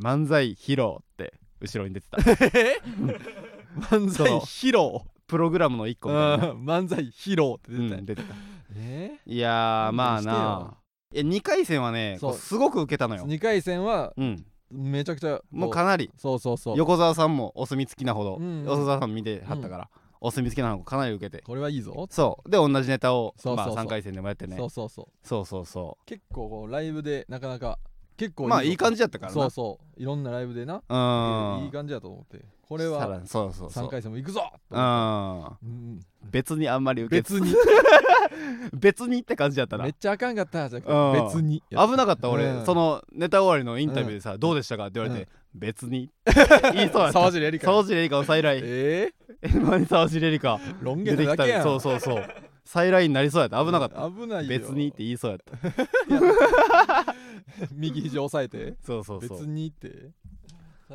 S1: 漫才披露って後ろに出てた
S2: 漫才披露
S1: プログラムの1個
S2: うん
S1: みたいな、
S2: 漫才披露って
S1: う
S2: 出てた
S1: ん、出てた
S2: え
S1: いやーまあなえ2回戦はね
S2: そう
S1: こうすごく受けたのよ
S2: 2回戦は
S1: うん
S2: めちゃくちゃ
S1: もう
S2: こ
S1: かなり
S2: そうそうそう
S1: 横澤さんもお墨付きなほど、
S2: うんうん
S1: 横澤さんも見てはったから、お墨付きなほどかなり受けて
S2: これはいいぞ
S1: そうで同じネタを
S2: そうそうそう
S1: まあ、3回戦でもやってね
S2: そうそうそう
S1: そうそうそ
S2: 結構こうライブでなかなか結
S1: う
S2: 構
S1: まあいい感
S2: じ
S1: じやったからな
S2: そうそういろんなライブでな
S1: うん
S2: いい感じだと思ってこ
S1: こ
S2: れは
S1: そうそうそう
S2: 3回戦も行くぞと
S1: う
S2: 思っ
S1: ん
S2: てうん
S1: 別にあんまり受け
S2: 別に
S1: 別にって感じやったな
S2: めっちゃあかんかったじゃなく
S1: う
S2: て
S1: ん
S2: 別に
S1: 危なかった俺、
S2: うん
S1: そのネタ終わりのインタビューでさ、どうでしたかって言われて、別に言いそうやった
S2: 沢尻エリカ
S1: 沢尻エリカの再来
S2: え
S1: え何沢尻エリカ
S2: ーロン毛
S1: 出
S2: な
S1: てき
S2: だ
S1: た
S2: けやん
S1: そうそうそう再来になりそうやった危なかった、
S2: 危ないよ
S1: 別にって言いそうやった
S2: 右肘押さえて
S1: そうそうそう
S2: 別にって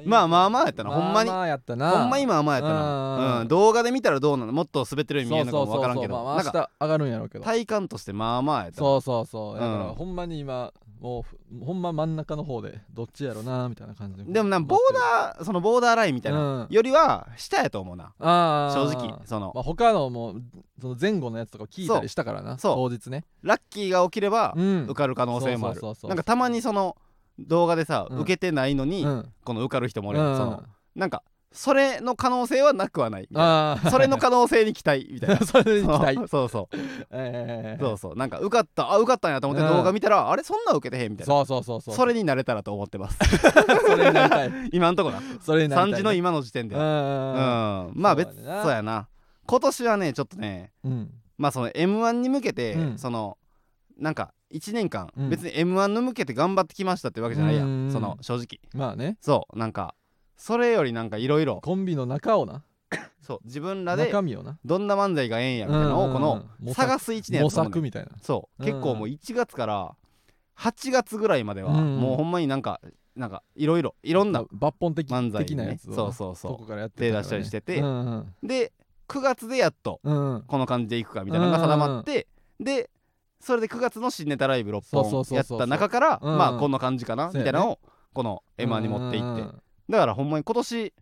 S1: まあまあまあやっ
S2: あ
S1: たな、ほんまに
S2: まあやったな
S1: ほんま今甘やった
S2: うんうん
S1: な、
S2: う
S1: うんん、動画で見たらどうなのもっと滑ってるように見え
S2: そ
S1: るの
S2: う
S1: か
S2: そう
S1: もわか
S2: そう
S1: らん
S2: そ
S1: け
S2: うま
S1: ど
S2: あ
S1: な
S2: まあ
S1: ん
S2: 明
S1: か
S2: 日上がるんやろうけど
S1: 体感としてまあまあやったな
S2: そうそうそうだから
S1: うん
S2: ほんまに今もうふほんま真ん中の方でどっちやろなみたいな感じ
S1: でもなボーダーそのボーダーラインみたいな、
S2: うん
S1: よりは下やと思うな
S2: ーあ
S1: 正
S2: ー
S1: 直その
S2: まあ、他のもうその前後のやつとか聞いたりしたからな
S1: そう
S2: 当日ね
S1: ラッキーが起きれば
S2: うん
S1: 受かる可能性もある
S2: そうそうそうそう
S1: なんかたまにその動画でさ、
S2: うん
S1: 受けてないのに、
S2: うん
S1: この受かる人もお
S2: う
S1: るやんその
S2: ん
S1: なんかそれの可能性はなくはないみたいな
S2: ああ
S1: それの可能性に期待みたいな
S2: それに期待
S1: そうそう
S2: えー
S1: そうそうなんか受かったあ受かったんやと思って
S2: うん
S1: 動画見たら、あれそんな受けてへんみたいな
S2: そうそうそうそう
S1: それになれたらと思ってます
S2: それになりたい
S1: 今んとこな
S2: それに な
S1: 3
S2: りたい
S1: 時の今の時点で
S2: う
S1: うん
S2: ん
S1: まあ別
S2: そ
S1: そうう
S2: だね
S1: やな今年はねちょっとね
S2: うんうん
S1: まあその m 1に向けて、
S2: うん
S1: そのなんか1年間、
S2: うん
S1: 別に m 1に向けて頑張ってきましたってわけじゃないや
S2: うんうんうん
S1: その正直
S2: まあね
S1: そうなんかそれよりなんかいろいろ
S2: コンビの中をな
S1: そう自分らで
S2: 中身をな
S1: どんな漫才がええんやみたいなの
S2: うん
S1: をこの
S2: 模索
S1: 探す1年や
S2: 模
S1: ったと思うね
S2: 索みたいな
S1: そう
S2: うん
S1: 結構もう1月から8月ぐらいまでは
S2: うん
S1: もうほんまになんかなんかいろいろいろんな
S2: 抜本的
S1: 漫才
S2: 的
S1: に
S2: なや
S1: ね
S2: つを
S1: そうそう
S2: そ
S1: そ
S2: こからやって
S1: 手出したりしてて
S2: うんうん
S1: うで9月でやっと
S2: うんうん
S1: この感じでいくかみたいなのが定まってでそれで9月の新ネタライブ6
S2: そうそう
S1: 本
S2: そう
S1: やっ
S2: そう
S1: た中から
S2: うん
S1: まあこんな感じかなみ
S2: そうやね
S1: たいなのをこの m 1に持っていってだからほんまに今年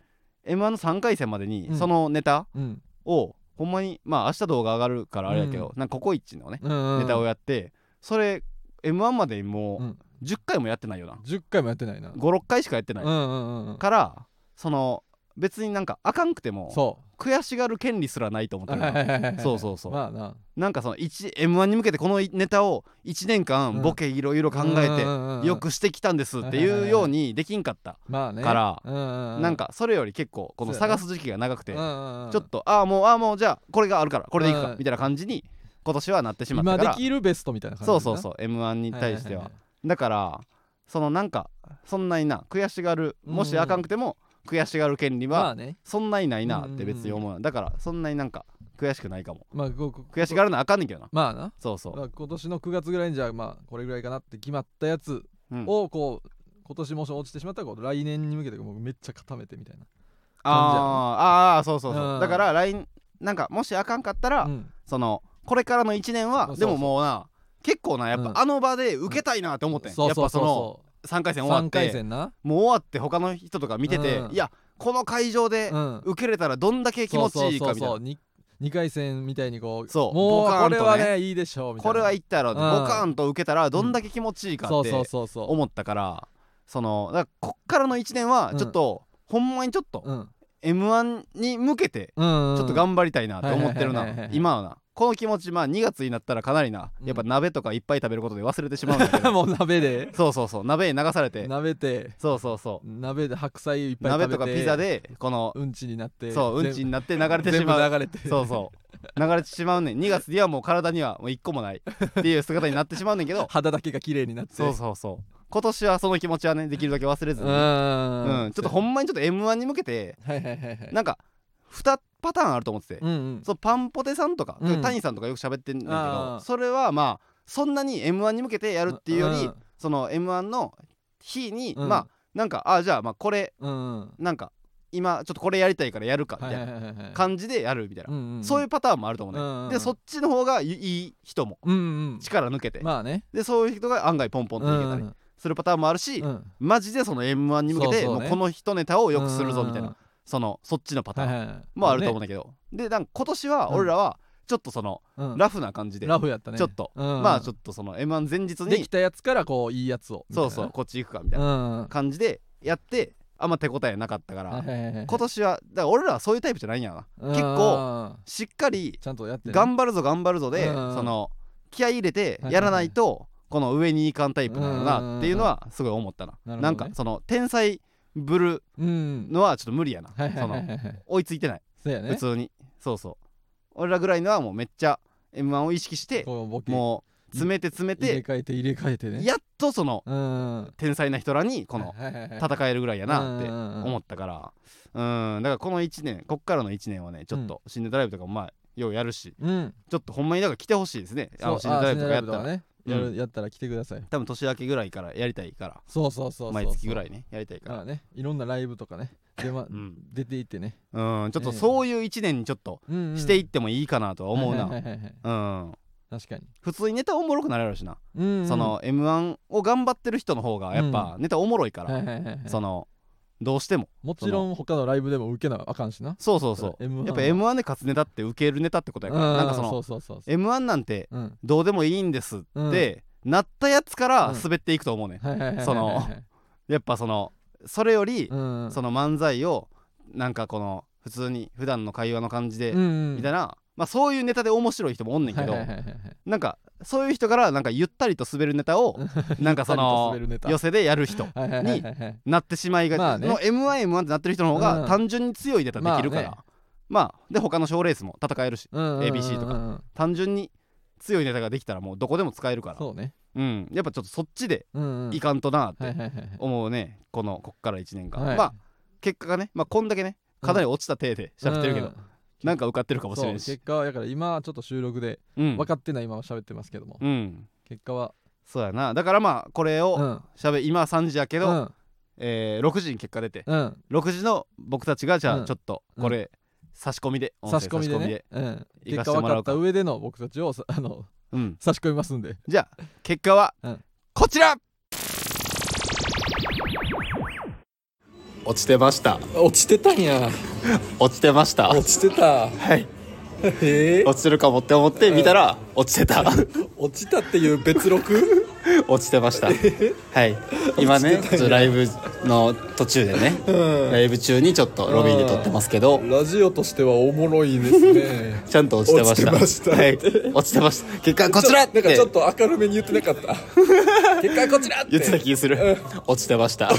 S1: m 1の3回戦まで
S2: う
S1: に
S2: ん
S1: そのネタ
S2: うん
S1: をほんまにまあ明日動画上がるからあれやけどなんかココイチのね
S2: うんうんうん
S1: ネタをやってそれ m 1までにもう
S2: うん
S1: 10回もやってないよな
S2: 10回もやってないな
S1: 56回しかやってない、
S2: うんうんうんうん
S1: からその別になんかあかんくても
S2: そ
S1: 悔しがる権利すらないと思っ
S2: う
S1: てるからそう
S2: う
S1: そうそう、
S2: まあな
S1: なんかその m 1に向けてこのネタを1年
S2: うん
S1: 間ボケいろいろ考えてよ
S2: よ
S1: くしてきたんですっていうようにできんかった
S2: まあね
S1: からな
S2: なん
S1: かそれより結構この
S2: そうやな
S1: 探す時期が長くて
S2: ち
S1: ちょ
S2: ょ
S1: っとああもうああもうじゃあこれがあるからこれでいく
S2: う
S1: か
S2: ん
S1: みたいな感じに今年はなってしまっ
S2: 今
S1: た
S2: で
S1: から
S2: きるベストみたいな感じ
S1: そうそうそう m 1に対してはだからそのなんかそんなにな悔しがるもしあかんくても悔しがる権利
S2: まあ
S1: は
S2: ね
S1: そんなにないなって別に
S2: うん
S1: 思うだからそんなになんか悔しくないかも
S2: まあここ
S1: 悔しがるのはあかんねんけどな
S2: まあな
S1: そうそ
S2: ま
S1: う
S2: あ今年の9月ぐらいにじゃあまあこれぐらいかなって決まったやつ
S1: うん
S2: をこう、今年もし落ちてしまったらこう来年に向けてもうめっちゃ固めてみたいな
S1: あーあーそうそう
S2: う
S1: そ
S2: ん
S1: うだから LINE なんかもしあかんかったら、
S2: うん
S1: そのこれからの1年
S2: そう
S1: は
S2: そう
S1: でももうな結構なやっ
S2: う
S1: ぱ
S2: ん
S1: あの場で受けたいなって思ってん、
S2: そう
S1: やっ
S2: そう
S1: ぱその
S2: そ
S1: 3回
S2: うそ
S1: 戦
S2: う
S1: 終わ
S2: 3
S1: っ
S2: 回
S1: て
S2: 戦な
S1: もう終わって他の人とか見てて、
S2: うん
S1: いやこの会場で
S2: うん
S1: 受けれたらどんだけ気持ちいいかみたいな
S2: そうそうそうそうに2回戦みたいにこう
S1: そう
S2: もう
S1: ボカー
S2: こ
S1: ンと
S2: れ
S1: ね
S2: はねいいでしょうみたいな
S1: これはいったろうって
S2: うん
S1: ボカーンと受けたらどんだけ気持ちいいか
S2: そ
S1: っ
S2: うそう
S1: て
S2: そうそ
S1: 思ったからそのだからこっからの1年はちょっと、ほんまにちょっと
S2: う、うん
S1: m 1に向けて
S2: うんうん、
S1: ちょっと頑張りたいなって思ってる
S2: はいはいはいはい
S1: な
S2: はい
S1: 今はなこの気持ちまあ2月になったらかなりな
S2: うん
S1: やっぱ鍋とかいっぱい食べることで忘れてしまうんだ けど
S2: もう鍋で
S1: そうそうそう鍋に流されて
S2: 鍋で
S1: そうそうそう
S2: 鍋で白菜いっぱい食べ
S1: 鍋
S2: て
S1: とかピザでこの
S2: うんちになって
S1: そううんちになって流れてしまう
S2: 全部流れて
S1: そうそう流れてしまうねん2月にはもう体にはもう1個もないっていう姿になってしまうねんけど
S2: 肌だけが綺麗になって
S1: そうそうそう今年はその気持ちはねできるだけ忘れずに、う
S2: う
S1: ん
S2: ん
S1: ちょっとほんまにちょっと m 1に向けて
S2: はいはいはいはい
S1: なんか2パターンあると思ってて、
S2: うんうん
S1: そうパンポテさんとか、
S2: うん
S1: 谷さんとかよく喋ってんだけ
S2: あ
S1: ど
S2: ー
S1: それはまあそんなに m 1に向けてやるっていうより、
S2: ん
S1: その m 1の日に、
S2: うん
S1: まあなんかあじゃあまあこれ
S2: うんうん
S1: なんか今ちょっとこれやりたいからやるかみ
S2: はい
S1: た
S2: はい
S1: ない
S2: はいはい
S1: 感じでやるみたいな、
S2: うんうんうん
S1: そういうパターンもあると思うね、
S2: うんうんうん
S1: でそっちの方がいいい人も
S2: うんうん
S1: 力抜けて、
S2: まあね
S1: でそういう人が案外ポンポンといけた
S2: う
S1: り
S2: ん
S1: するパターンもあるし、
S2: うんうん
S1: マジでその m 1に向けて
S2: そうそうね
S1: もうこの人ネタをよくするぞみたいな、
S2: うん
S1: そのそっちのパタ
S2: はい
S1: ーン
S2: はいはい
S1: もあると思うんだけど、でなんか今年は俺らはちょっとその
S2: ねうん
S1: ラフな感じで、
S2: ラフやったね
S1: ちょっと、
S2: うん
S1: まあちょっとその m 1前日
S2: でき
S1: に
S2: たやつからこういいやつを
S1: そうそうこっち行くかみたいな
S2: うん
S1: 感じでやってあんま手応えなかったから、今
S2: 結
S1: 年はだから俺らはそういうタイプじゃないんやな結構しっかり
S2: ちゃんとやってね
S1: 頑張るぞ頑張るぞで、
S2: うん
S1: その気合い入れてやらないとこの上にいかんタイプなのなっていうのはすごい思ったな、
S2: うんうんうん
S1: なんかその天才ぶる
S2: うん
S1: のはちょっと無理やな、
S2: はいはい
S1: そ
S2: はい
S1: の
S2: はい
S1: 追いついてない、
S2: そうや
S1: 普
S2: ね
S1: 通にそうそう俺らぐらいのはもうめっちゃ m 1を意識して
S2: こうボケ
S1: もう詰めて詰め
S2: 入れ
S1: て
S2: 替えて入れ替えてね
S1: やっとその
S2: うん
S1: 天才な人らにこの
S2: 戦
S1: 戦えるぐらいやなって思
S2: っ
S1: ったからうんだからこの1年こっからの1年はねちょっと「新ネタライブ」とかもまあようやるし
S2: うん
S1: ちょっとほんまにだから来てほしいですねあ
S2: そう
S1: の新ネタライブとかやった
S2: あ
S1: ら
S2: シネライブとかね
S1: うん
S2: やるやったら来てください
S1: 多分年明けぐらいからやりたいから
S2: そうそうそうそう
S1: 毎月ぐら
S2: い
S1: いねやりたいか
S2: から
S1: ら
S2: ねいろんなライブとかね出ま
S1: うん
S2: 出ていってね
S1: うんちょっとそういう1年にちょっとしていってもいいかなとは思う
S2: はいは
S1: ない
S2: はいはい
S1: うん
S2: 確かに
S1: 普通にネタおもろくなれるしな
S2: うんうん
S1: その m 1を頑張ってる人の方がやっぱネタおもろいか
S2: はい
S1: ら
S2: はいはいはい
S1: そのどうしても
S2: もちろん他のライブでも受けなあかんしな
S1: そうそうそう
S2: M1
S1: やっぱ m 1で勝つネタって受けるネタってことやから
S2: う
S1: なんかその
S2: うそうそうそう
S1: m 1なんて
S2: うん
S1: どうでもいいんですってなったやつから滑っていくと思うね
S2: はいはいはいはい
S1: そのやっぱそのそれより
S2: の
S1: その漫才をなんかこの普通に普段の会話の感じでみ
S2: み
S1: たい
S2: な
S1: なまあそういうネタで面白い人もおんねんけどなんかそういう人からなんかゆったりと滑るネタを なんかその
S2: ゆったりと滑るネタ
S1: 寄せでやる人になってしまいがち、
S2: まあね
S1: の m 1 m 1ってなってる人の方
S2: う
S1: が
S2: ん
S1: 単純に強いネタできるから、
S2: ま
S1: ま
S2: あ
S1: あ、で他の賞レースも戦えるし ABC とか
S2: か
S1: 単純に強いネタができたらもうどこでも使えるからう、
S2: そうね
S1: ん、やっぱちょっとそっちで
S2: うんうん
S1: いかんとなっ
S2: はい
S1: て
S2: はいはい
S1: 思うねこのこっから1年間、
S2: はい
S1: まあ結果がね、まあ、こんだけねかなり落ちた体で喋ってるけど、
S2: うん
S1: なんか受かってるかもし
S2: そ
S1: れ
S2: うん結
S1: し
S2: 果はだから今はちょっと収録で
S1: うん
S2: 分かってない今は喋ってますけども
S1: うん
S2: 結果は
S1: そうやなだからまあこれ
S2: う
S1: を
S2: ん
S1: しゃべ今3時やけ
S2: け
S1: ど、えー6時に結果出て
S2: うん
S1: 6時の僕たちがじゃ
S2: うん
S1: あちょっとこれ差し込みで音
S2: 差
S1: 声
S2: し込みでねうん
S1: 行か
S2: 結
S1: せ
S2: 果
S1: て
S2: 分
S1: もらお
S2: かっ
S1: うか
S2: た上での僕たちをさあの
S1: うん
S2: 差し込みますんで
S1: じゃあ結果は
S2: うん
S1: こちら
S3: 落ちてました
S2: 落ちてたんや
S3: 落ちてました
S2: 落ちてた
S3: はい
S2: へえ
S3: 落ちてるかもって思って見たら落ちてた
S2: 落ちたっていう別録
S3: 落ちてましたはい今ねちょっとライブの途中でね、ライブ中にちょっとロビーで撮ってますけど
S2: ラジオとしてはおもろいですね
S3: ちゃんと落ちてました
S2: 落ちてました
S3: はい、落ちてました結果こちらって
S2: と明るめに言ってなかった結果こちらっ
S3: 言ってた気する、落ちてました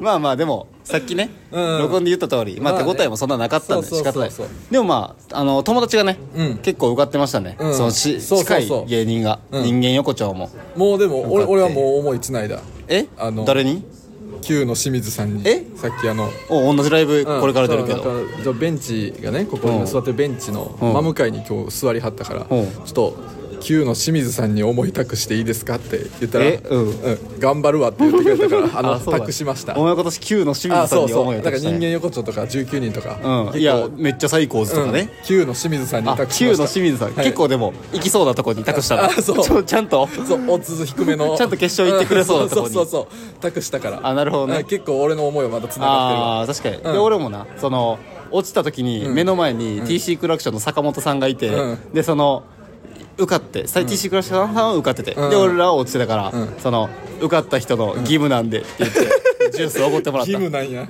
S3: まあまあでもさっきね、
S2: ん
S3: 録音で言った通り、まあ、
S2: まあ
S3: 手
S2: ね
S3: 応えもそんななかったんで
S2: そう
S3: 仕
S2: そ
S3: 方
S2: うそ
S3: な
S2: う
S3: い
S2: そう
S3: でもまああの友達がね、
S2: うん
S3: 結構受かってましたね、
S2: うん
S3: そのし
S2: そうそうそう
S3: 近い芸人が、人間横丁も
S2: もうでも
S3: よか
S2: 俺
S3: った
S2: 俺はもう思いつないだ
S3: え
S2: あの
S3: 誰に
S2: Q の清水さんに
S3: え
S2: さっきあの
S3: お同じライブ
S2: うん
S3: これから出るけ
S2: そう
S3: ど
S2: なんかじゃあベンチがねここ
S3: うん
S2: に座ってるベンチの
S3: うん
S2: 真向かいに今日座りはったからち
S3: うん
S2: ょっと旧の清水さんに思い託していいですかって言ったら「
S3: えうん
S2: うん頑張るわ」って言ってくれたからあの
S3: あそうだ
S2: 託しました
S3: お前今年 Q の清
S2: あ
S3: 水さ
S2: そ
S3: ん
S2: う
S3: に
S2: そ
S3: 思
S2: う
S3: いを
S2: だから
S3: 託した
S2: 人
S3: い
S2: 間横丁とか19人とか、
S3: うんいやめっちゃ最高図とかね
S2: 旧の清水さんに
S3: あ
S2: 託し
S3: Q
S2: ました
S3: の清水さん
S2: はい
S3: 結構でも行きそうなとこに託したら
S2: あそう
S3: ちょちゃんと
S2: そう大津低めの
S3: ちゃんと決勝行ってくれそうなとこに
S2: そうそうそう託したから
S3: あなるほどね
S2: うん結構俺の思いはまたつながってるわ
S3: ああ確かに、で
S2: うん
S3: 俺もなその落ちた時に目の前に TC クラクションの坂本さんがいて、
S2: うん
S3: でその受かって、さ TC クラクションさんは受かってて、
S2: うん
S3: で俺らは落ちてたから、
S2: ん
S3: その受かった人の義務なんでって言って、 ジュースおごってもらっ
S2: 義
S3: た
S2: 務なんや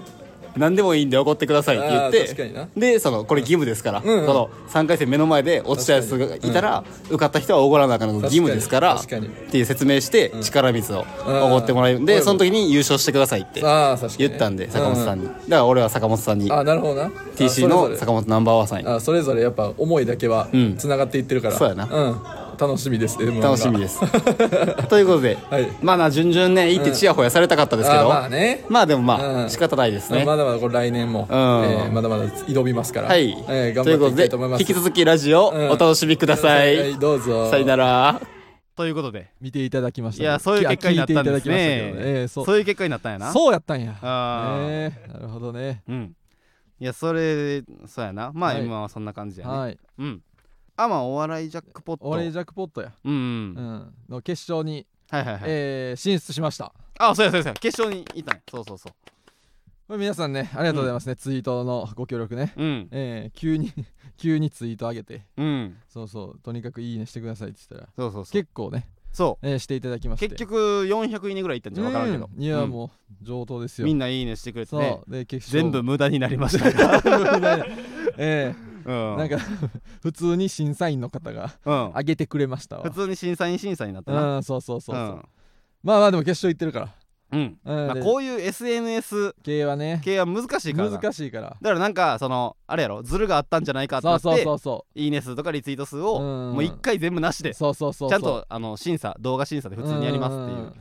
S3: 何でもいいんで怒ってくださいって言って
S2: あー確かにな
S3: でそのこれ義務ですから、
S2: うんうん
S3: その3回戦目の前で落ちたやつがいたら、受かった人はおごらなあかんのが義務ですから
S2: 確かに確か
S3: っていう説明して力水をおごってもらえるんで、
S2: うん
S3: その時に優勝してくださいって
S2: ああ確かにね
S3: 言ったんで坂本さん
S2: う
S3: に、だから俺は坂本さんに
S2: あなるほどな
S3: TC
S2: あそ
S3: の
S2: れぞ
S3: 坂本ナンバーワンさん
S2: れ
S3: に
S2: あそれぞれやっぱ思いだけは
S3: ん
S2: つながっていってるから、
S3: そうやな
S2: うん楽しみです M1 が
S3: 楽しみです ということで、
S2: はい
S3: まあな順々ねいってちやほやされたかったですけど、
S2: あまあね
S3: まあでもまあ、
S2: うん
S3: 仕方ないですね、
S2: まだまだこれ来年も、
S3: ん
S2: えーまだまだ挑みますから、
S3: はい、
S2: えー頑
S3: とい
S2: 張
S3: うこ
S2: って
S3: と
S2: いきた
S3: で
S2: いと思います
S3: 引き続きラジオお楽しみください、
S2: はいどうぞ
S3: さよなら
S1: ということで
S2: 見ていただきました
S1: い
S2: ね
S1: やそういう結果になったん
S2: 聞
S1: で
S2: い
S1: す
S2: ていただきました
S1: ね
S2: けどえーそう
S1: そういう結果になったんやな
S2: そうやったんや
S1: あー
S2: えーなるほどね
S1: うんいやそれそうやなまあ
S2: はい
S1: 今はそんな感じやね、
S2: はい
S1: うんあまあお笑いジャックポット
S2: オレンジャックポットや、
S1: うん、う、
S2: うんん、の決勝に、
S1: はいはいはい、
S2: えー進出しました
S1: あそうやそうやそうや決勝にいたねそうそうそ
S2: これ皆さんねありがとうございますね、ツイートのご協力ね
S1: ううん
S2: えー急に 急にツイート上げて
S1: うん
S2: そうそうとにかくいいねしてくださいって言ったら
S1: そうそうそう
S2: 結構ね、
S1: そ
S2: えーしていただきま
S1: う
S2: して
S1: 結局400いいねぐらいいったんじゃ分からんけど、
S2: うんいや
S1: うん
S2: もう上等ですよ
S1: みんないいねしてくれて
S2: そう、
S1: ね
S2: で決勝
S1: 全部無駄になりましたが
S2: え
S1: う
S2: え
S1: ん
S2: なんか 普通に審査員の方が
S1: うん
S2: 上げてくれましたわ
S1: 普通に審査員審査になったな
S2: うんそうそうそうそう、
S1: うん
S2: まあまあでも決勝行ってるか
S1: うん
S2: ら、うん
S1: まあ
S2: で
S1: こういう SNS
S2: 系はね
S1: 系は難しいからな
S2: 難しいから
S1: だからなんかそのあれやろズルがあったんじゃないかって
S2: そ
S1: な
S2: う
S1: って
S2: そうそうそ
S1: いいね数とかリツイート数
S2: う
S1: を
S2: ん
S1: もう1回全部なしでち
S2: そうそうそうそう
S1: ゃんとあの審査動画審査で普通にやりますっていう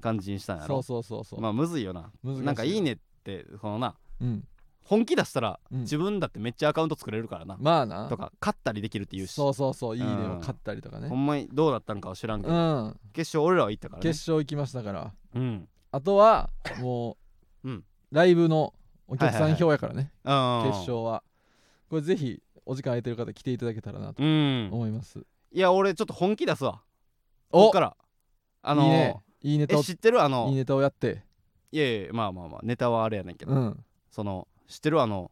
S1: 感じにしたんや
S2: そ
S1: ろ
S2: うそうそうそう、
S1: まあむずいよな
S2: 難しい
S1: なんかいいねってこのな
S2: うん、
S1: 本気出したら
S2: うん
S1: 自分だってめっちゃアカウント作れるからな
S2: まあな
S1: とか勝ったりできるっていうし
S2: そうそうそういいね
S1: うん
S2: を買ったりとか
S1: ほ
S2: ね
S1: んまにどうだったんかは知らんけ
S2: う
S1: ど
S2: ん
S1: 決勝俺らは行ったからね
S2: 決勝行きましたから
S1: うん
S2: あとはもう、
S1: うん
S2: ライブのお客
S1: はい
S2: さ
S1: はい
S2: ん
S1: はい
S2: 票やからね、
S1: 決
S2: 決勝はこれぜひお時間空いてる方来ていただけたらなと
S1: うん
S2: 思います、
S1: いや俺ちょっと本気出すわこ
S2: お
S1: っからあの
S2: いいねいいネタ
S1: え
S2: を
S1: 知ってるあ
S2: いい
S1: の
S2: ネタをやって
S1: いやいやまあまあまあネタはあれやねんけど
S2: うん
S1: その知ってるあの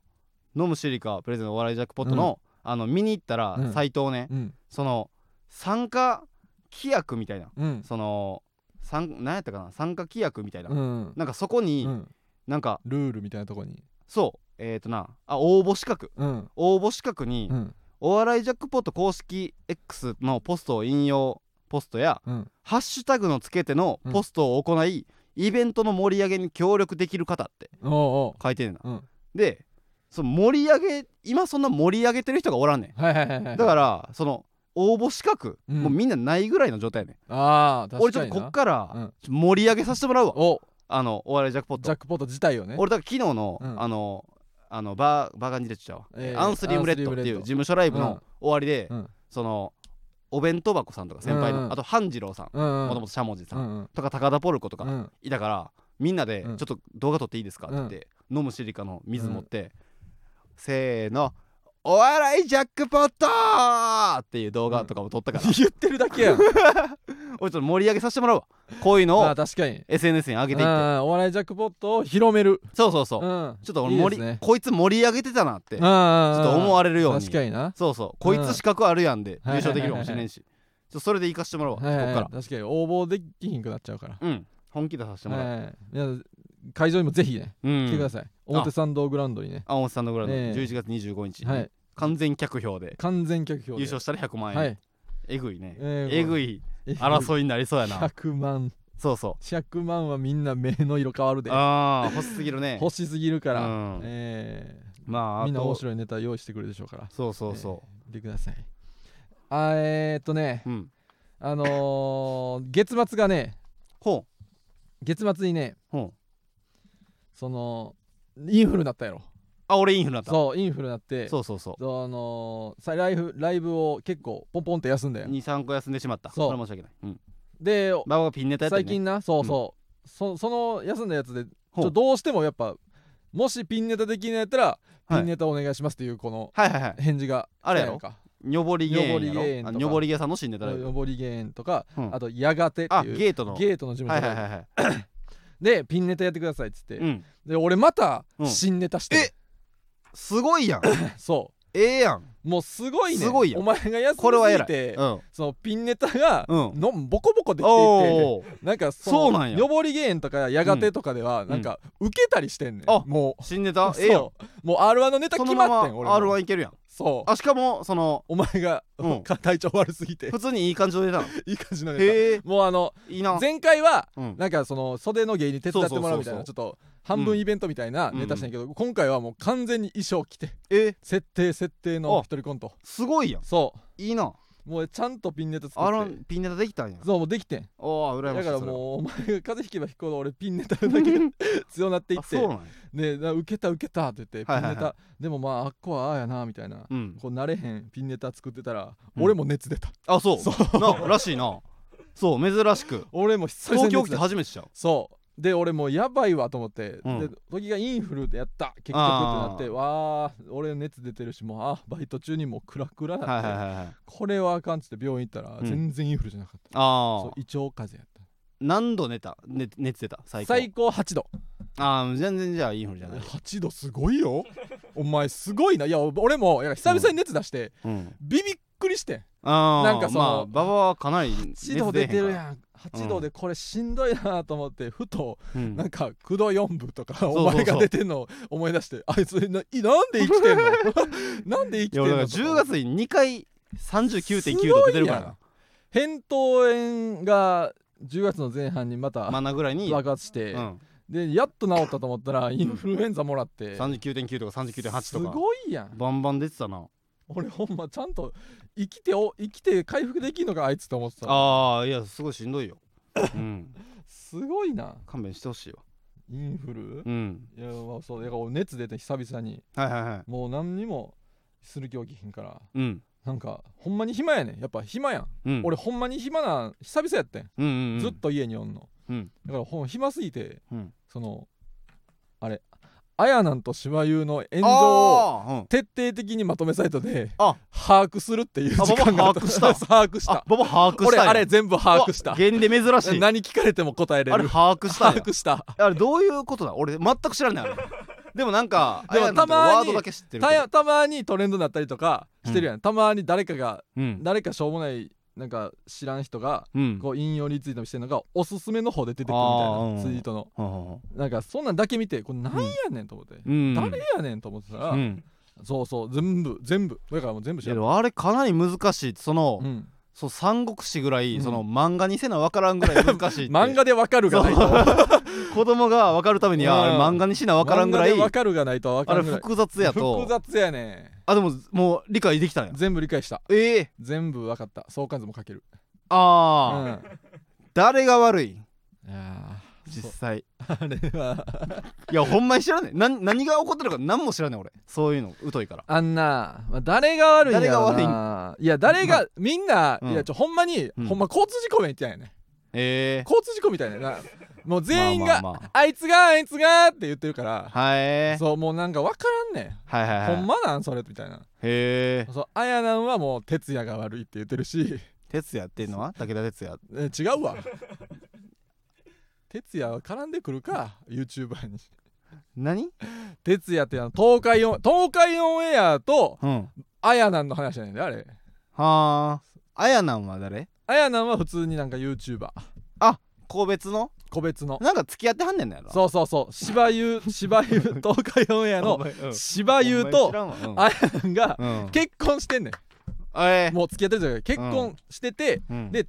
S1: 飲むシリカプレゼントお笑いジャックポットの、あの見に行ったら、
S2: うん
S1: サイトをね
S2: うん
S1: その参加規約みたいな
S2: うん
S1: その参何やったかな参加規約みたいな、
S2: うん
S1: なんかそこに、
S2: うん
S1: なんか
S2: ルールみたいなとこに
S1: そうえっ、ー、となあ応募資格
S2: うん
S1: 応募資格に、
S2: うん
S1: お笑いジャックポット公式 X のポストを引用ポストや
S2: うん
S1: ハッシュタグのつけてのポストを行い、イベントの盛り上げに協力できる方って
S2: おうお
S1: 書いてんねんな
S2: ううん
S1: でその盛り上げ今そんな盛り上げてる人がおらんね
S2: はいはいはいはい
S1: んだからその応募資格、
S2: うん
S1: もうみんなないぐらいの状態やねん
S2: ああ確かにな
S1: 俺ちょっとこっから、
S2: うん
S1: ちょっと盛り上げさせてもらうわ
S2: お
S1: あのお笑いジャックポット
S2: ジャックポット自体をね
S1: 俺だから昨日の、
S2: うん
S1: あのあのバーバーガンジレッチャーは、
S2: えー
S1: アンスリームレッドっていう事務所ライブ
S2: うん
S1: の終わりで、
S2: うん
S1: そのお弁当箱さんとか先輩の、
S2: うんうん
S1: あと半次郎さん
S2: うん
S1: もと
S2: う
S1: も
S2: ん
S1: としゃもじさん、
S2: うん
S1: とか高田ポルコとか、
S2: うん
S1: いたからみんなでち
S2: う
S1: ょっ
S2: ん
S1: と動画撮っていいですかって言って、飲むシリカの水持って、せーの「お笑いジャックポット!」っていう動画とかも撮ったから、
S2: 言ってるだけ やん
S1: 俺ちょっと盛り上げさせてもらうわこういうの
S2: ま
S1: を
S2: あ確かに
S1: SNS に上げていって
S2: うんお笑いジャックポットを広める
S1: そうそうそう、
S2: うん
S1: ちょっと俺
S2: いいで
S1: 盛
S2: す
S1: り
S2: ね
S1: こいつ盛り上げてたなって
S2: ち
S1: ちょっと思われるように
S2: 確かにな
S1: そうそうこいつ資格あるやんで
S2: うん
S1: 優勝できるかもしれんし、ちょっとそれで行かしてもらうわ、
S2: はいは
S1: こ
S2: いは
S1: っ
S2: い
S1: から
S2: 確かに応募できひんくなっちゃうから、
S1: うん本気でさせてもらう、
S2: はいはい皆さん会場にもぜひね、
S1: うん
S2: 来てください表参道グラウンドにね
S1: 青本さんのぐらいの
S2: ええ
S1: 11月25日、
S2: はい
S1: 完全客票で
S2: 完全客票
S1: 優
S2: で
S1: 勝したら100万円、
S2: はい
S1: えぐいね
S2: えー
S1: えぐい
S2: い
S1: 争いになりそうや な
S2: 100万
S1: そうそ
S2: 100万はみんな目の色変わる
S1: う
S2: で
S1: ああ欲しすぎるね
S2: 欲しすぎるから、
S1: うん
S2: え
S1: まあ
S2: ー
S1: あ
S2: みんな面
S1: と
S2: 白いネタ用意してくるでしょうから
S1: そうそうそ
S2: 見てくださいあーえー、っとね
S1: ううん
S2: あ のー、月末がね
S1: ほ
S2: 月末にね
S1: うほ
S2: そのインフルになったやろ
S1: あ俺インフルだった
S2: そうインフルになって
S1: そうそうそう
S2: そのさライブライブを結構ポンポンって休んだよ
S1: 23個休んでしまった
S2: そう
S1: それは申し訳ない、うん、
S2: で
S1: 馬場がピンネタやったり
S2: 最
S1: ね
S2: 近なそうそう、そその休んだやつでち
S1: ほう
S2: ょどうしてもやっぱもしピンネタできないやったら
S1: は
S2: ピ
S1: い
S2: ンネタお願いしますっていうこの
S1: はいはいはい
S2: 返事が
S1: あれやろ
S2: 来たんか
S1: にょぼりゲー
S2: にょぼりゲー
S1: ン
S2: ン
S1: やろ
S2: とか
S1: あにょぼりゲーさんの死んでたライブ
S2: 登りゲーンとか、
S1: うん
S2: あとやがてって
S1: あ
S2: いう
S1: ゲートの
S2: ゲートの事務
S1: はい
S2: 所
S1: は
S2: で,、
S1: いはいはい
S2: でピンネタやってくださいっつって、
S1: うん
S2: で俺また
S1: うん
S2: 新ネタして、
S1: すご いやん
S2: そ
S1: ええやん
S2: うもうすごいね
S1: すごいやん
S2: お前が休
S1: これは
S2: みす
S1: 偉
S2: ぎ
S1: い
S2: て、
S1: うん
S2: そのピンネタが、
S1: うん
S2: のボコボコできていって
S1: おお
S2: なんかそ
S1: そう
S2: の
S1: なんや
S2: よぼりゲーンとかやがてとかではなんか受けたりしてんねん、
S1: あ
S2: もう
S1: 死んでたええやん
S2: そうもう R1 のネタ
S1: そ
S2: 決
S1: の
S2: ま
S1: ま
S2: っ
S1: ま
S2: てん俺も
S1: R1 いけるやん
S2: そう
S1: あしかもその
S2: お前が、
S1: うん
S2: 体調悪すぎて
S1: 普通にいい感じで出たの
S2: いい感じのネ
S1: へえ
S2: タもうあの
S1: いいな
S2: 前回は
S1: うん
S2: なんかその袖の芸に手伝ってもらうみたいな
S1: そう
S2: ちょっと半分イベントみたいなネタしたんやけど、今回はもう完全に衣装着て
S1: え
S2: 設定設定の
S1: あ
S2: 一人コント
S1: すごいやん
S2: そ
S1: いいな
S2: うもうちゃんとピンネタ作
S1: あら
S2: って
S1: んピンネタできたんや
S2: そうもうできてん
S1: おお羨ま
S2: だ
S1: しい
S2: から
S1: それは
S2: もうお前が風邪ひけばひくほど俺ピンネタ だけが強なっていっ
S1: あ
S2: て
S1: そうなんや
S2: ねな受けた受けたって言ってピン
S1: は
S2: ネ
S1: いは
S2: タ、
S1: いはい
S2: でもまああっこはああやなみたいな、
S1: うん
S2: こう慣れへんピンネタ作ってたら、
S1: うん
S2: 俺も熱出た
S1: あそう
S2: そ
S1: ならしいなそう珍しく
S2: 俺も久々
S1: 東
S2: に
S1: 京来
S2: 熱出
S1: て
S2: た
S1: 初めてちゃう
S2: そうで俺もうやばいわと思って、
S1: うん
S2: で時がインフルでやった結局って
S1: あー
S2: なってわあ俺熱出てるしもうあバイト中にもうクラクラなって、
S1: はいはいはいはい
S2: これはあかんっつって病院行ったら
S1: うん
S2: 全然インフルじゃなかった、
S1: あ
S2: そう
S1: あ
S2: 胃腸風邪やっ
S1: 何度寝た寝熱出た
S2: た
S1: 最高
S2: 最高8度
S1: ああ全然じゃあいい方じゃない
S2: 8度すごいよ お前すごいないや俺もいや久々に熱出して、
S1: うん
S2: ビビっくりしてん
S1: ああ
S2: なんかその
S1: まあ馬場はかなり熱
S2: 8度出てる
S1: ん
S2: やん8度でこれしんどいなと思ってふと
S1: うん
S2: なんか工藤四部とか
S1: そう
S2: お前が出てんのを思い出してあいつないなんで生 きてんのなんで生き
S1: い
S2: てん
S1: や
S2: の
S1: 俺だから10
S2: とか
S1: 月に2回39.9度出てるからな
S2: 扁桃炎が10月の前半にまた
S1: 真ん中ぐらいに、
S2: 爆発して、
S1: うん、
S2: でやっと治ったと思ったらインフルエンザもらって
S1: 39.9とか
S2: す
S1: 39.8とか
S2: ごいやん
S1: バンバン出てたな
S2: 俺ほんまちゃんと生きてお生きて回復できんのかあいつと思ってた
S1: ああいやすごいしんどいよ、うん、
S2: すごいな
S1: 勘弁してほしいわ
S2: インフル
S1: うん
S2: いやまあそうだから俺熱出て久々に
S1: はいはいはい
S2: もう何にもする気起きひんから
S1: うん
S2: なんかほんまに暇やねんやっぱ暇やん、
S1: うん
S2: 俺ほんまに暇なん久々やってん、
S1: うんうんうん
S2: ずっと家におんの
S1: うん
S2: だからほん暇すぎて
S1: うん
S2: そのあれあやなんと芝優の炎上を
S1: あーうん
S2: 徹底的にまとめサイトで
S1: あ
S2: 把握するっていう
S1: あ
S2: 時間があった
S1: 僕把握した
S2: 把握し
S1: あ
S2: た
S1: 僕把握したん
S2: 俺
S1: や
S2: あれ全部把握し
S1: う
S2: た
S1: わ原で珍しい
S2: 何聞かれても答えれ
S1: あれ
S2: る
S1: 把握した
S2: 把
S1: んや
S2: 握した
S1: あれどういうことだ俺全く知らないあれでもなんか
S2: でも
S1: あやなんか
S2: たまに
S1: ワードだけ知ってるけど
S2: たやたまにトレンドになったりとかしてるやん、たまに誰かが
S1: うん
S2: 誰かしょうもないなんか知らん人が
S1: うん
S2: こう引用リツイートしてるのがおすすめの方で出てくるみ
S1: あー
S2: た
S1: う
S2: い
S1: ん
S2: なツイートの
S1: うん
S2: なんかそんなんだけ見てこれなんやねんと思って、
S1: うん
S2: 誰やねんと思ってたら、
S1: うん
S2: そうそう全部全部だからもう全部
S1: い
S2: 知
S1: や
S2: ら
S1: で
S2: ん
S1: もあれかなり難しいってその、
S2: うん、
S1: そう三国志ぐらい、
S2: うん
S1: その漫画にせな分からんぐらい難しいって
S2: 漫画でわかるがないと
S1: 子供が分かるためには、
S2: うん
S1: あれ漫画にしな分からんぐら
S2: 漫画で
S1: い
S2: わかるがないとわ
S1: あ
S2: か
S1: れ
S2: るぐらい
S1: 複雑やと
S2: 複雑やね
S1: あでももう理解できたんや
S2: 全部理解した
S1: ええ
S2: 全部わかった相関図も書けるう
S1: ああ、
S2: ん
S1: 誰が悪い
S2: いや
S1: 実際
S2: ーあれはい
S1: やほんまに知らないなん何が起こってるか何も知らない俺そういうの疎いから
S2: あんな、まあ、誰が悪いんやろな
S1: 誰
S2: いや誰が、
S1: ま
S2: みんな、
S1: うん
S2: いやちょほんまに、
S1: うん
S2: ほんま交通事故みたいやね
S1: ええ
S2: 交通事故みたいななもう全員が、
S1: まあまあま
S2: あいつがあいつがって言ってるから、
S1: はい
S2: そうもうなんかわからんね
S1: はいはい
S2: ん、
S1: はい
S2: ほんまなんそれみたいな
S1: へえ
S2: そうあやなんはもう哲也が悪いって言ってるし
S1: 哲也っていうのは武田哲也
S2: え違うわ哲也は絡んでくるか YouTuber に
S1: 何
S2: 哲也ってあの東海オン東海オンエアと
S1: うんは
S2: あやなんの話じゃないんだよあれ
S1: ああやなんは誰
S2: あやなんは普通になんか YouTuber
S1: 個別の
S2: 個別の
S1: なんか付き合ってはんねんだよ
S2: そうそうそう芝優 芝優東海オンエアの
S1: う
S2: 芝優と
S1: あ
S2: あやなんが
S1: うん
S2: 結婚してんねん
S1: え
S2: もう付き合ってるじゃない結婚してて、
S1: うん
S2: で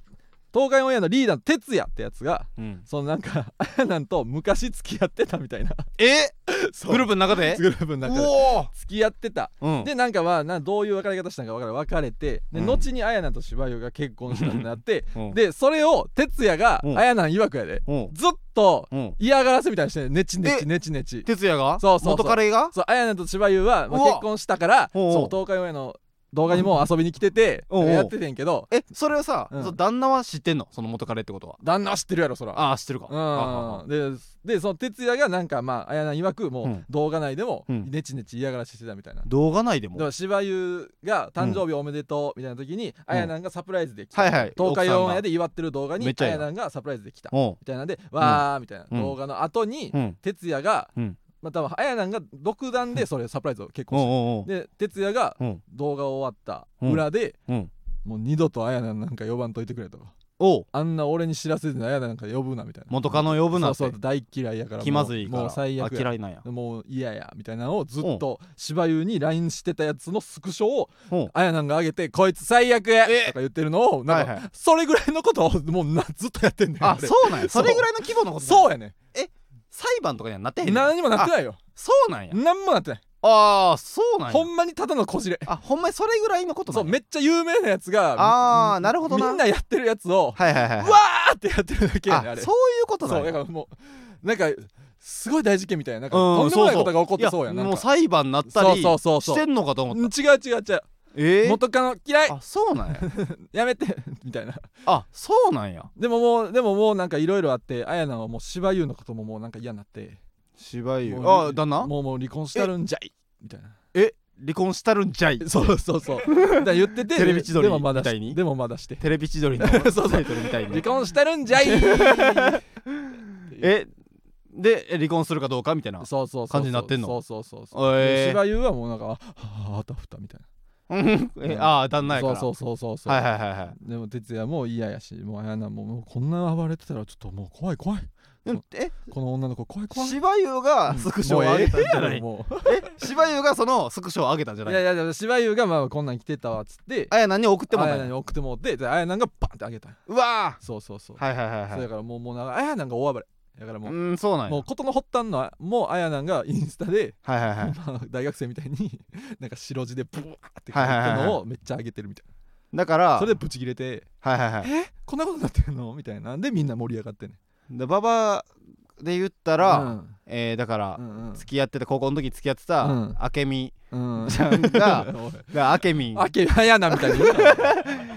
S2: 東海オンエアのリーダーの哲也ってやつが
S3: うん、
S2: そのなんか あやなんと昔付き合ってたみたいな
S1: え
S2: そう
S1: グループの中で
S2: グループの中で
S1: おお
S2: 付き合ってた
S1: うん
S2: でなんかはなどういう別れ方したんか分からん別れてで、
S1: うん
S2: 後にあやなと柴よが結婚したってなって
S1: うん
S2: でそれを哲也が
S1: うん
S2: あやなん曰くやで
S1: うん
S2: ずっと
S1: うん
S2: 嫌がらせみたいにしてねちね
S1: え
S2: ちねちねち
S1: 哲也が
S2: そうそうそう
S1: 元彼が
S2: そうあやなと柴よは、ま
S1: う
S2: あ
S1: わ
S2: 結婚したから
S1: おうおう
S2: そう東海オンエアの動画にも遊びに来てて
S1: おうおう
S2: やっててんけど
S1: えそれをさ、
S2: うん
S1: その旦那は知ってんのその元彼ってことは
S2: 旦那は知ってるやろそら
S1: ああ知ってるかあああ
S2: うん、ででその哲也がなんかまあ綾菜曰くも
S1: う
S2: うん動画内でも
S1: うん
S2: ネチネチ嫌がらせしてたみたいな、
S1: 動画内でも
S2: でも芝優が誕生日おめでとうみたいな時に綾菜がサプライズで来た、
S1: はいはい
S2: 東海オンエア
S1: で
S2: で祝ってる動画に
S1: めっちゃいい
S2: 綾
S1: な
S2: 菜がサプライズで来たみ
S1: おう
S2: たいなんで、わーみたいな
S1: うん
S2: 動画の後に、
S1: うん
S2: 哲也が、
S1: うん
S2: まあ多分綾菜が独断でそれサプライズを結
S1: おう
S2: 婚し
S1: おうおう
S2: たで哲也が
S1: うん
S2: 動画終わった裏で、
S1: うん
S2: もう二度と綾菜なんか呼ばんといてくれと
S1: おう
S2: あんな俺に知らせずに綾菜なんか呼ぶなみたいな
S1: 元カノ呼ぶなって
S2: そうそう大嫌いやから
S1: 気まずいから
S2: もうもう最悪
S1: あ嫌
S2: や
S1: いなんや
S2: もう嫌やみたいなのをずっと芝生に LINE してたやつのスクショを
S1: おう
S2: あやなんが上げて「こいつ最悪や!」とか言ってるのをなんか、
S1: はいはい
S2: それぐらいのことをもうなずっとやってん ねん
S1: あ
S2: 俺
S1: そうなんや
S2: そ
S1: そうれぐらいの規模のことう
S2: そうやね
S1: 裁判とかにはなってへんね
S2: ん
S1: ん
S2: 何にもなってないよ
S1: そうなんや
S2: 何もなってない
S1: ああそうなんや
S2: ほんまにただのこじれ
S1: あほんまにそれぐらいのことな
S2: そうん
S1: や
S2: めっちゃ有名なやつが
S1: ああなるほど
S2: み
S1: なん
S2: なやってるやつを
S1: はいはいはいは
S2: う
S1: い
S2: わーってやってるだけやねんあ
S1: あ
S2: れ
S1: そういうことな
S2: そ
S1: ん
S2: う
S1: や
S2: だからもうなんかすごい大事件みたいななんか
S1: う
S2: と
S1: ん
S2: んでもない
S1: そ
S2: こ
S1: うそ
S2: と
S1: う
S2: が起こってそうやん
S1: い
S2: なん
S1: もう
S2: か
S1: 裁判なったり
S2: そうそうそうそう
S1: してんのかと思
S2: うん
S1: っ
S2: 違
S1: た
S2: う違う違う
S1: ええ
S2: 元カノ嫌い
S1: あそうなんや
S2: やめて みたいな
S1: あそうなんや
S2: でももうでももうなんかいろいろあってあやなはもう芝優のことももうなんか嫌になって
S1: 芝居
S2: もう
S1: あ旦那
S2: もうもう離婚したるんじゃいみたいな
S1: え離婚したるんじゃ い
S2: そうそうそうだから言ってて
S1: テレビ千鳥
S2: でもまだ
S1: み
S2: し
S1: たいに
S2: でもまだして
S1: テレビ千鳥の
S2: そう
S1: タイトルみたい
S2: 離
S1: に
S2: 婚したるんじ ゃい
S1: えでえ離婚するかどうかみたいな
S2: そうそうそうそう
S1: 感じになってんの
S2: そうそうそうそう
S1: え
S2: 芝優はもうなんかはああたふたみたい
S1: ー、え ああ旦那
S2: な
S1: やか
S2: そう
S1: ら
S2: そうそうそうそう
S1: はいはいはいはい
S2: でも哲也も嫌やしもうあやなももうこんな暴れてたらちょっともう怖い怖い
S1: でもえ
S2: この女の子怖い怖い
S1: 芝居がスクショを上げたんじゃない、
S2: もう
S1: え芝居がそのスクショを上げたんじゃないい
S2: やいやでも芝生がまあこんなん来てたわっつって
S1: あやなに送っても
S2: あ
S1: ら
S2: や
S1: っ
S2: な
S1: た
S2: に送ってもらってであやなんがバンってあげた
S1: うわ
S2: そうそうそう、
S1: ーはいはいはい
S2: そう
S1: は
S2: だ
S1: い
S2: からもうもうなんかあやなんが大暴れだからもう、
S1: うんそうなん
S2: も
S1: や
S2: う事の発端のあもうあやなんがインスタで、
S1: はいはいはい
S2: まあ、大学生みたいに なんか白字でブワーって書
S1: はいいはいはいはい
S2: たのをめっちゃあげてるみたいな、
S1: だから
S2: それでブチ切れて
S1: はいはいはい
S2: えこんなことになってるのみたいなんでみんな盛り上がってんね
S1: で馬場で言ったら、えーだから、
S2: うんうん
S1: 付き合ってた高校の時付き合ってた、
S2: うん
S1: あけみ
S2: うんうん
S1: ちゃん がだか
S2: おい
S1: らあけみん
S2: あけあやなみたいに言うな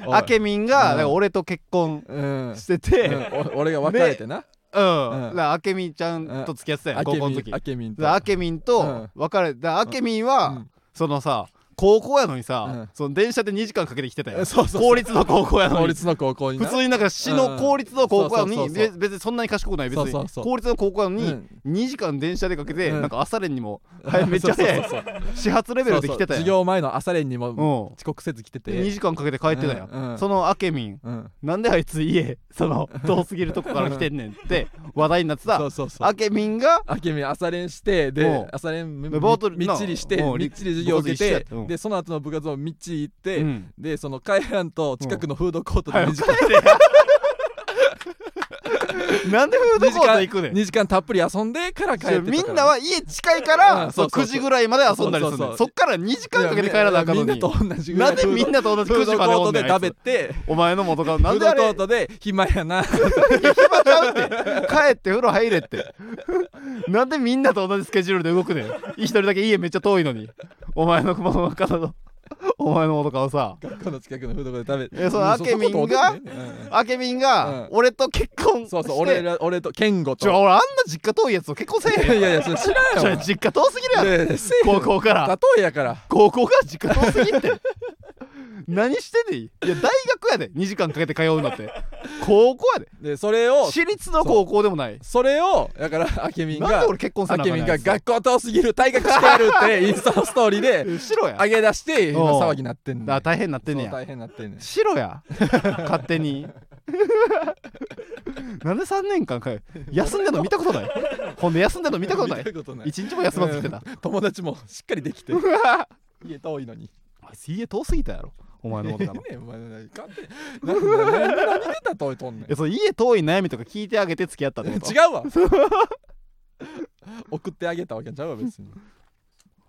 S2: おい
S1: あけみんが、
S2: うん
S1: だから俺と結婚
S2: うん、うん
S1: しててうん、
S2: お 俺が別れてな
S1: うん
S2: うん
S1: だからあけみんちゃんと付き合ってたよ、
S2: あ
S1: 高
S2: けみ
S1: 校の
S2: ん
S1: 時だ
S2: あ
S1: か
S2: けみん
S1: らあけみんと別れだからあけみんは、そのさ高校やのにさ、
S2: うん
S1: その電車で2時間かけて来てたよ
S2: えそうそうそう
S1: 公立の高校やの
S2: 公
S1: に
S2: 立の高校に
S1: 普
S2: な
S1: 通になんか市の公立の高校やの
S2: うん
S1: に
S2: そうそうそう
S1: べ
S2: そ
S1: 別にそんなに賢くない別
S2: そうそう
S1: に
S2: そう
S1: 公立の高校やの
S2: う
S1: に
S2: ん
S1: 2時間電車でかけて
S2: うん
S1: なんか朝練にもはいめっちゃ早い
S2: そうそうそう
S1: 始発レベルで来てた
S2: そうそう授
S1: よ
S2: 業前の朝練にも
S1: うん
S2: 遅刻せず来て
S1: 2
S2: て
S1: 時間かけて帰ってたよ
S2: うんうん
S1: そのあけみん
S2: うん
S1: なんであいつ家その遠すぎるとこから来てんねんって話題になって
S2: そ
S1: た
S2: うそうそう
S1: あけみん が
S2: あけみ朝練して
S1: うん
S2: で朝練み
S1: ボート
S2: みっちりして
S1: うん
S2: みっちり授業受け
S1: 部活一
S2: て
S1: 緒やったうん
S2: でその後の部活もみっちり行っ
S1: う
S2: て
S1: ん
S2: でその帰らんと近くのフードコートで
S1: 早
S2: 2
S1: く
S2: 時
S1: 帰
S2: 間
S1: れなんでフードコート行くねん
S2: 2時間たっぷり遊んでから帰っ
S1: じゃあ
S2: て
S1: みんなは家近いから、
S2: うん
S1: そ
S2: そううそう
S1: 9
S2: そう
S1: 時ぐらいまで遊んだりする
S2: そう
S1: の
S2: そ
S1: そ
S2: うそう
S1: っから2時間かけて帰らなあかんの
S2: みんな
S1: に
S2: と同じぐら
S1: ないんでみんなと同じ
S2: フ
S1: 9
S2: ー
S1: 時
S2: ドコ
S1: までお
S2: ー
S1: ん
S2: ト
S1: ね
S2: で
S1: ん
S2: 食
S1: あい
S2: べ
S1: つ
S2: て
S1: お前の元カノ
S2: フ
S1: な
S2: ー
S1: ん
S2: ド
S1: であれ
S2: コートで暇やな
S1: 暇ちゃうって帰って風呂入れって なんでみんなと同じスケジュールで動くねん一人だけ家めっちゃ遠いのにお前の元カノのお前の元カノさ
S2: 学校の近くのフードコートで食べ
S1: えそのあけみんが
S2: うんうん
S1: あけみんが
S2: うん
S1: 俺と結婚して
S2: そうそう俺ら俺と健吾
S1: ちょ
S2: と
S1: 俺あんな実家遠いやつと結婚せえ
S2: い
S1: へん
S2: やいやそれ知らん
S1: ち
S2: よ
S1: ょ実家遠すぎるやろ
S2: いやいやせえ
S1: 高校から
S2: 例えやから
S1: 高校が時間遠すぎって何してでいいいや大学やで2時間かけて通うのって高校やで
S2: でそれを
S1: 私立の高校でもない
S2: それをだからあけみん
S1: なんで
S2: が
S1: 俺結婚せ
S2: あ
S1: なあ
S2: け
S1: かん
S2: み
S1: ね
S2: ん
S1: んあい
S2: が
S1: つ後
S2: 学校遠すぎる退学してやるって インスタのストーリーで
S1: ろや
S2: 上げ出して今
S1: おう
S2: 騒ぎになってんの
S1: あ大変なってんねや
S2: 大変になってんねん
S1: 白 や勝手に なんで3年間かよ休んでんの見たことないほんで休んでんの見たことない
S2: 見たことない
S1: 一日も休まず来てた
S2: うん友達もしっかりできて 家遠いのに
S1: 水泳遠すぎたやろお前のことだ
S2: ええねんお前なんか勝手にななな何で例えとんねん
S1: えそう家遠い悩みとか聞いてあげて付き合ったってこと
S2: 違うわ送ってあげたわけちゃうわ別に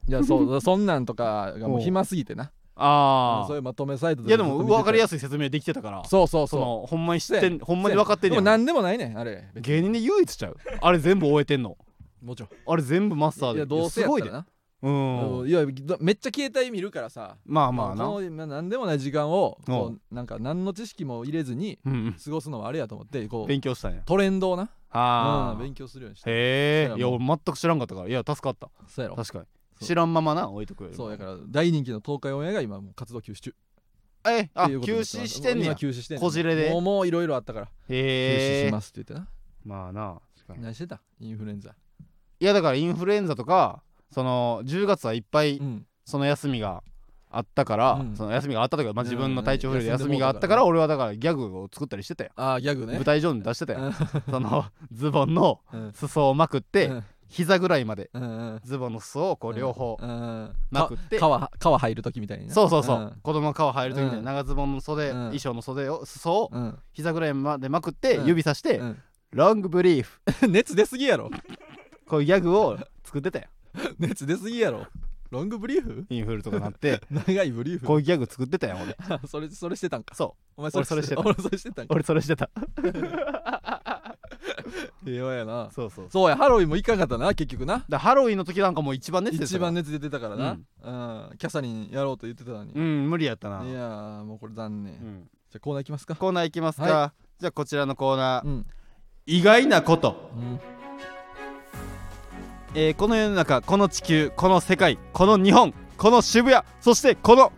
S2: いや そうそんなんとかがもう暇すぎてな
S1: あ
S2: そうい
S1: あ
S2: うまとめサイトと
S1: いやでも分かりや
S2: す
S1: すい説明できてたから
S2: そうそう
S1: そ
S2: そ
S1: のほんまに知ってんほんまに分かっ
S2: う
S1: てん
S2: で
S1: ね
S2: も
S1: ん
S2: 何でもないねんあれ別
S1: 芸人で唯一ちゃうあれ全部終えてんの
S2: にもちろ
S1: あれ全部マスター
S2: んい
S1: で
S2: やどうせ
S1: す
S2: やっ
S1: ご
S2: た
S1: いで
S2: らな
S1: うん
S2: いやだめっちゃ携帯見るからさ
S1: まあまあな
S2: このまあ何でもない時間をこ
S1: う
S2: うなんか何の知識も入れずに
S1: うん
S2: 過ごすのはあれやと思ってこう
S1: 勉強したんや
S2: トレンドをな
S1: あ
S2: うん
S1: あ
S2: 勉強するようにして
S1: へ
S2: そ
S1: え
S2: う
S1: い
S2: や
S1: や
S2: もう
S1: 俺全く知らんかったからいや助かった
S2: そうやろ
S1: 確か
S2: そう
S1: に知らんままな置いとくよりも
S2: そうやから大人気の東海オンエアが今もう活動休止中
S1: えあ
S2: って
S1: 休
S2: いうことになってます
S1: 止してんね
S2: も
S1: や
S2: う今休止してんねん
S1: こじれで
S2: もうもういろいろあったから休止
S1: へ
S2: し
S1: え
S2: ますって言ってな
S1: まあな確かに
S2: 何してたインフルエンザ
S1: いやだからインフルエンザとかその10月はいっぱい
S2: うん
S1: その休みがあったから、
S2: うん
S1: その休みがあったというか、まあ、自分の体調不良で
S2: うんうんうん
S1: 休みがあったから俺はだからギャグを作ったりしてたよ、
S2: あーギャグね
S1: 舞台上に出してたよそのズボンの
S2: うん
S1: 裾をまくって、
S2: うん
S1: 膝ぐらいまで
S2: うんうん
S1: ズボンの裾をこう両方
S2: うん
S1: まくって、
S2: か川川入る時みたいにな
S1: そうそうそう、
S2: ん
S1: 子供の顔入るときみたい
S2: うん
S1: な長ズボンの袖、
S2: うん
S1: 衣装の袖を裾を
S2: うん
S1: 膝ぐらいまでまくって、
S2: うん
S1: 指さして、
S2: うん
S1: ロングブリーフ
S2: 熱出すぎやろ
S1: こういうギャグを作ってたよ
S2: 熱出すぎやろロングブリーフ
S1: インフルとかなって
S2: 長いブリー
S1: こ
S2: フ
S1: ういうギャグ作ってたよ俺
S2: それそれしてたんか
S1: そ
S2: お前
S1: 俺それしてた
S2: 俺それ してたん
S1: う
S2: か
S1: 俺それしてた
S2: 平和やな
S1: そうそう
S2: そうやハロウィンもいかんかったな結局な
S1: だからハロウィンの時なんかもう一番熱出てた
S2: 一
S1: から
S2: 番熱出てたからなうんキャサリンやろうと言ってたのに
S1: うん無理やったな、
S2: いやーもうこれ残念、
S1: う
S2: じ
S1: ん
S2: ゃあコーナーいきますか
S1: コーナーいきますか、
S2: は
S1: じゃあこちらのコーナー、
S2: うん、
S1: 意外なこと、
S2: うん
S1: えーこの世の中この地球この世界この日本この渋谷そしてこの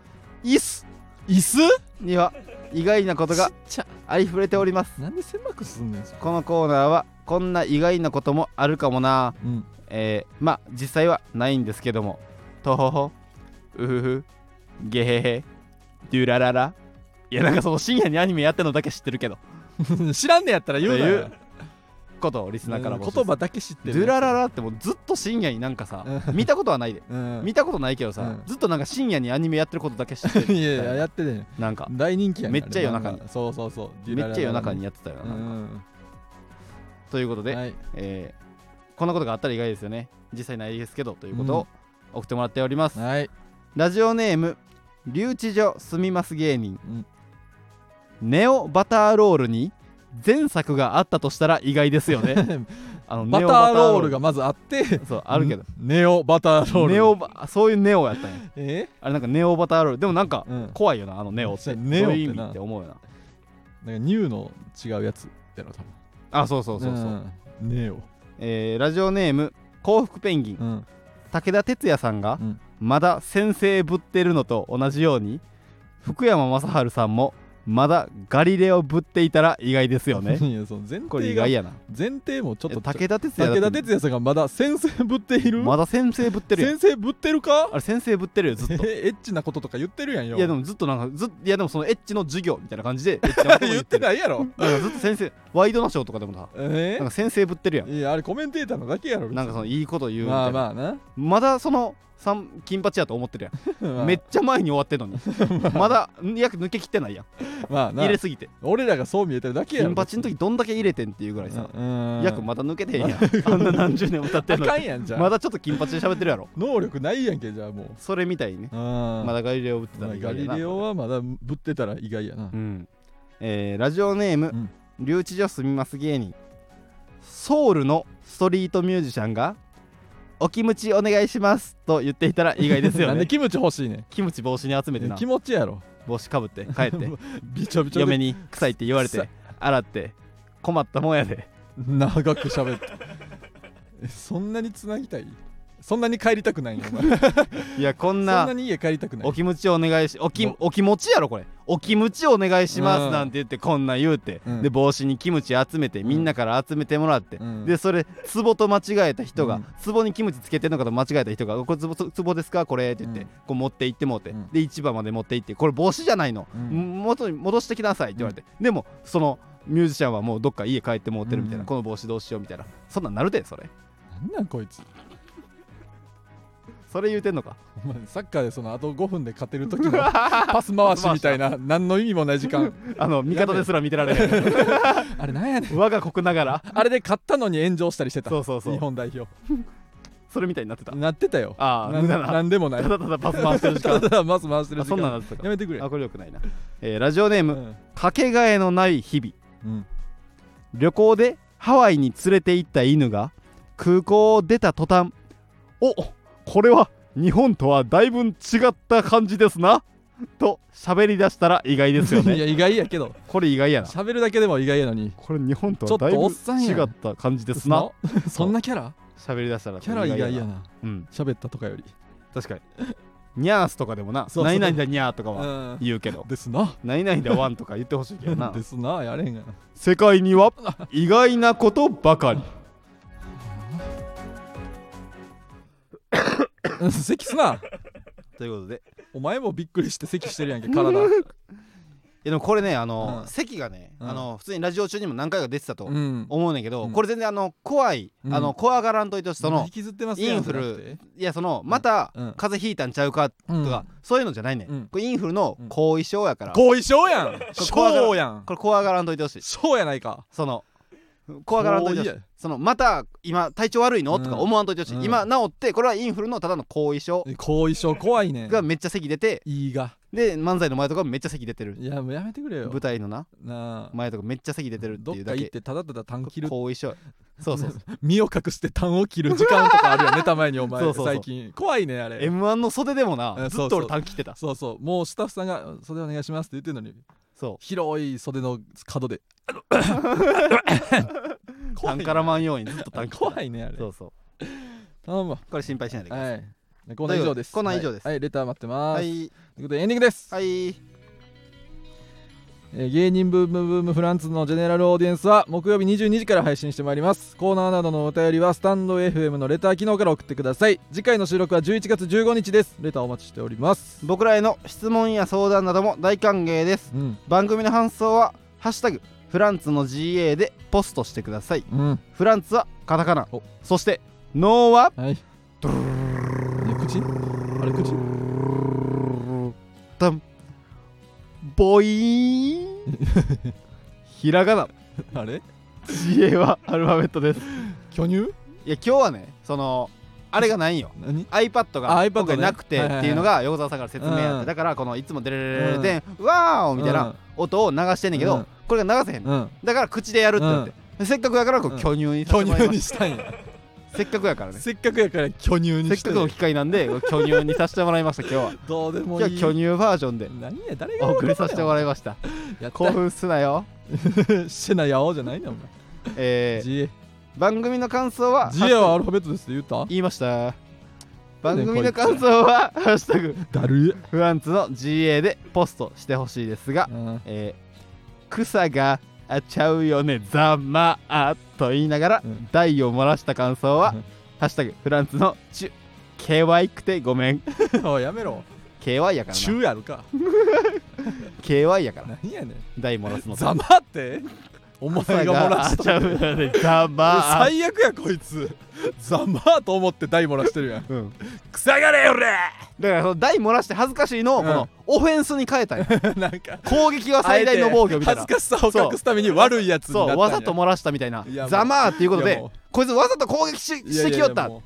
S1: 椅子
S2: 椅子
S1: には意外なこと
S2: ち
S1: が
S2: っちゃ
S1: ありふれております
S2: なんで狭くすんねんそ
S1: このコーナーはこんな意外なこともあるかもな
S2: うん
S1: えー、まあ実際はないんですけどもとほほうふふゲヘヘデュラララいやなんかその深夜にアニメやってるのだけ知ってるけど
S2: 知らんね やったら言うなよ
S1: とことをリスナーから募集す
S2: 言葉だけ知って
S1: ド
S2: る
S1: ゥラララってもうずっと深夜になんかさ
S2: うん
S1: 見たことはないで
S2: うん
S1: 見たことないけどさ、
S2: うん
S1: ずっとなんか深夜にアニメやってることだけ知ってる
S2: いやいややってね
S1: なんか
S2: 大人気やねん
S1: めっちゃ夜中に
S2: あれそうそうそう
S1: めっちゃ夜中に
S2: や
S1: やってたよな
S2: う、ん
S1: ということで、
S2: はい
S1: えーこんなことがあったら意外ですよね実際ないですけどということを送ってもらっております、
S2: はい
S1: ラジオネーム留置所住みます芸人、
S2: うん
S1: ネオバターロールに前作があったとしたら意外ですよ ねあの
S2: バタ
S1: ネオ
S2: ーロールがまずあって
S1: そうあるけど
S2: ネオバターロール
S1: ネオバそういうネオやったんや
S2: え
S1: あれなんかネオバターロールでもなんか
S2: うん
S1: 怖いよなあのネオって
S2: ネオ
S1: どう
S2: ってな
S1: いう意味って思うよな
S2: なんかニューの違うやつやろ多分
S1: あそうそうそうそう、
S2: うんネオ
S1: えーラジオネーム幸福ペンギン
S2: うん
S1: 武田鉄矢さんが
S2: うん
S1: まだ先生ぶってるのと同じように福山雅治さんもまだガリレオぶっていたら意外ですよね
S2: いやその前
S1: これ意
S2: 提が
S1: 外やな
S2: 前提もちょっ
S1: え
S2: と
S1: 武田鉄矢だ
S2: 武
S1: って
S2: 田鉄矢さんがまだ先生ぶっている
S1: まだ先生ぶってるやん
S2: 先生ぶってるか
S1: あれ先生ぶってるよず っとい
S2: えエッチなこととか言ってるやんよ
S1: やでもずっとなんかずっいやでもそのエッチの授業みたいな感じでエッチなこと
S2: 言
S1: 言っ
S2: ってて
S1: る
S2: ないやろ
S1: なんかずっと先生ワイドナショーとかでもさ
S2: え
S1: なんか先生ぶってるやん
S2: いやあれコメンテーターのだけやろ別に
S1: なんかそのいいこと言うみたいな、
S2: まあまあな
S1: まだそのさん金八やと思ってるやん
S2: まあ
S1: めっちゃ前に終わってん のにまだ約抜けきってないやん
S2: まあな
S1: 入れすぎて
S2: 俺らがそう見えてるだけやろ
S1: 金八の時どんだけ入れてんっていうぐらいさ
S2: うん
S1: 約まだ抜けてへんやん あんな何十年も経って
S2: あ
S1: んの
S2: か
S1: に
S2: んやんじゃ ん
S1: まだちょっと金八で喋ってるやろ
S2: 能力ないやんけじゃあもう
S1: それみたいにね
S2: ま
S1: まだガリレオぶってたら意
S2: ガ
S1: 外
S2: リ
S1: やな
S2: レオはまだぶってたら意外やな
S1: うんえーラジオネー
S2: う
S1: ム
S2: ん
S1: 留置所住みます芸人ソウルのストリートミュージシャンがおキムチお願いしますと言っていたら意外ですよ
S2: なんで
S1: ね
S2: キムチ欲しいね
S1: キムチ帽子に集めて
S2: ん
S1: な
S2: 気持ちやろ
S1: 帽子かぶって帰って
S2: びちょびちょ
S1: 嫁
S2: で
S1: に臭いって言われ
S2: 臭
S1: て
S2: い
S1: 洗って困ったもんやで
S2: 長く喋って えそんなに繋ぎたいそんなに帰りたくないのお前 そん
S1: いやこん
S2: な
S1: な
S2: に家帰りたくない
S1: お気持ちお願いしおき
S2: ぼ
S1: お気持ちやろこれお気持ちお願いしま
S2: う
S1: す
S2: ん
S1: なんて言ってこんなん言うて、
S2: うん
S1: で帽子にキムチ集めて
S2: ん
S1: みんなから集めてもらって、
S2: うん
S1: でそれ壺と間違えた人が、
S2: うん
S1: 壺にキムチつけてんのかと間違えた人が「これ壺壺ですかこれ」って言って、
S2: うん
S1: こう持って行ってもうて、
S2: うん
S1: で市場まで持って行って「これ帽子じゃないの、
S2: うん
S1: 元に戻してきなさい」って言われて、でもそのミュージシャンはもうどっか家帰ってもうてるみたいな、
S2: うん
S1: この帽子どうしようみたいなそんなんなるでそれ
S2: なんなんこいつ
S1: それ言うてんのか
S2: お前サッカーでそのあと5分で勝てる時の パス回しみた いな何の意味もない時間
S1: あの味方ですら見てられへん
S2: あれなんやねん
S1: 我が国なが ら
S2: あれで勝ったのに炎上したりしてた
S1: そうそうそう
S2: 日本代表
S1: それみたいになってた
S2: なってたよ
S1: ああ
S2: な
S1: 無
S2: ん
S1: 駄
S2: な
S1: なん
S2: でもない
S1: ただただパス回してる時
S2: た
S1: 間
S2: だただマス回してる
S1: あ
S2: 時
S1: そんなん
S2: 間
S1: なってたか
S2: やめてくれ
S1: あこれよくないな、えーラジオネー
S2: う
S1: ム、
S2: ん
S1: かけがえのない日々
S2: うん
S1: 旅行でハワイに連れて行った犬が空港を出た途端おこれは日本とはだいぶ違った感じですなと喋り出したら意外ですよ
S2: い
S1: ね
S2: や意外やけど
S1: これ意外やな
S2: 喋るだけでも意外やのに
S1: これ日本とはだい
S2: ちょっとおっさんやん
S1: ぶ違った感じですな
S2: そそんなキャラ
S1: 喋り出したら
S2: キャラ意外やな
S1: うん
S2: 喋ったとかより
S1: 確かにニャースとかでもな
S2: そうそう
S1: 何々だニャーとか
S2: う
S1: は
S2: ん
S1: 言うけど
S2: ですな
S1: 何々だワンとか言ってほしいけ どな
S2: ですなやれへんがな
S1: 世界には意外なことばかり
S2: うん咳すな
S1: ということで
S2: お前もびっくりして咳してるやん け体
S1: いやでもこれねあの、
S2: うん
S1: 席がね、
S2: うん
S1: あの普通にラジオ中にも何回か出てたと
S2: うん
S1: 思うねんけど、
S2: うん
S1: これ全然あの怖い、
S2: うん
S1: あの怖がらんといとその
S2: 引、きずってますやん
S1: インフル
S2: じゃなくて
S1: いやそのまた、
S2: うん
S1: 風邪ひいたんちゃうかとか、そういうのじゃないねん、
S2: うん
S1: これインフルの後遺症やから、こ
S2: 後遺症やん症やん
S1: れ怖がらんといてほしい
S2: 症やないか
S1: その怖がらんといてほしいそのまた今体調悪いの、
S2: うん
S1: とか思わんといてほしい、
S2: うん
S1: 今治ってこれはインフルのただの後遺症
S2: 後遺症怖いねん
S1: がめっちゃ咳出て
S2: いいが
S1: で漫才の前とかもめっちゃ咳出てる
S2: いやもうやめてくれよ
S1: 舞台のな
S2: なあ
S1: 前とかめっちゃ咳出てるって
S2: どっ
S1: いう
S2: か
S1: だ
S2: 行っ
S1: け
S2: てただただ単切る
S1: 後遺症そう そうそう
S2: 身を隠して単を切る時間とかあるよネタ前にお
S1: そう
S2: 前
S1: そうそう
S2: 最近怖いねあれ
S1: M1 の袖でもな
S2: え
S1: ず
S2: そ
S1: っと
S2: うそう
S1: 俺短期来てた
S2: そうそうもうスタッフさんが「袖お願いします」って言ってるのに
S1: そ
S2: 広い袖の角で
S1: う
S2: 怖
S1: 短
S2: いね
S1: からまんようにずっと短期来てた
S2: 怖いねあれ
S1: そうそう
S2: 頼むわ
S1: これ心配しないでください
S2: はいコーナー以上です
S1: コーナー以上です
S2: はいはいレター待ってま
S1: は
S2: す
S1: い
S2: ということでエンディングです
S1: はい
S2: えー芸人ブームブームフランツのジェネラルオーディエンスは木曜日22時から配信してまいりますコーナーなどのお便りはスタンド FM のレター機能から送ってください次回の収録は11月15日ですレターお待ちしております
S1: 僕らへの質問や相談なども大歓迎です
S2: うん
S1: 番組の搬送は「ハッシュタグフランツの GA」でポストしてください
S2: うん
S1: フランツはカタカナ
S2: お
S1: そしてノーは
S2: はいえ口あれ口
S1: ダンボイーンひらがな
S2: あれ
S1: GA はアルファベットです
S2: 巨乳
S1: いや今日はねそのあれがないんよ
S2: 何
S1: iPad
S2: あ
S1: が
S2: iPad
S1: 今回
S2: ね
S1: なくて
S2: はいはいは
S1: っ
S2: い
S1: ていうのが横澤さんから説明あっ
S2: う
S1: て
S2: ん
S1: だからこのいつもデレレレレでわーおみたいな音を流してんねんけ
S2: う
S1: ど
S2: ん
S1: これが流せへん
S2: うん、うん、
S1: だから口でやるって言ってでせっかくやからこ
S2: う
S1: うん巨乳にさ
S2: 巨
S1: せてもら
S2: 乳
S1: いま
S2: に
S1: し
S2: したんや
S1: たせっかくやからね
S2: せっかくやから巨乳
S1: せ
S2: に
S1: っ
S2: した
S1: か
S2: ん
S1: くの
S2: や
S1: 機会なんで巨乳にさせてもらいました今日は
S2: どうでも
S1: 今
S2: い
S1: 日
S2: い
S1: は巨乳バージョンで
S2: 何や誰が
S1: お送りさせてもらいま した
S2: やった
S1: 興 奮すなよ
S2: してないやおじゃないねんお前
S1: えー
S2: GA
S1: 番組の感想は
S2: GA はアルファベットですって言った
S1: 言いました番組の感想は「ハッシュタグ
S2: だるい
S1: フランツの GA」でポストしてほしいですが
S2: うん
S1: えー草があちゃうよねざまあと言いながら
S2: うん
S1: 台を漏らした感想は
S2: うん
S1: 「ハッシュタグフランツのチュ」「ケワイくてごめん」
S2: おいやめろ
S1: 「ケワイやからな
S2: 中やるか
S1: 「ケワイやから
S2: 何やねん
S1: 台漏らすの
S2: ざまってお前
S1: 草
S2: が漏ら
S1: が
S2: し
S1: あちゃ
S2: た
S1: うよねざまあ
S2: 最悪やこいつざまと思って大漏らしてるや ん
S1: うん
S2: 草がれよれ
S1: だからその台漏らして恥ずかしいのを
S2: うん
S1: このオフェンスに変えたんよ
S2: なんか
S1: 攻撃は最大の防御みたい
S2: 恥
S1: な
S2: ずかしさを隠すために悪いやつにな
S1: そ
S2: ったんや
S1: うわざと漏らしたみたいない
S2: やもう
S1: ざまあっていうこと
S2: いや
S1: で
S2: もう
S1: こいつわざと攻撃ししてきよった
S2: いやいやいやもう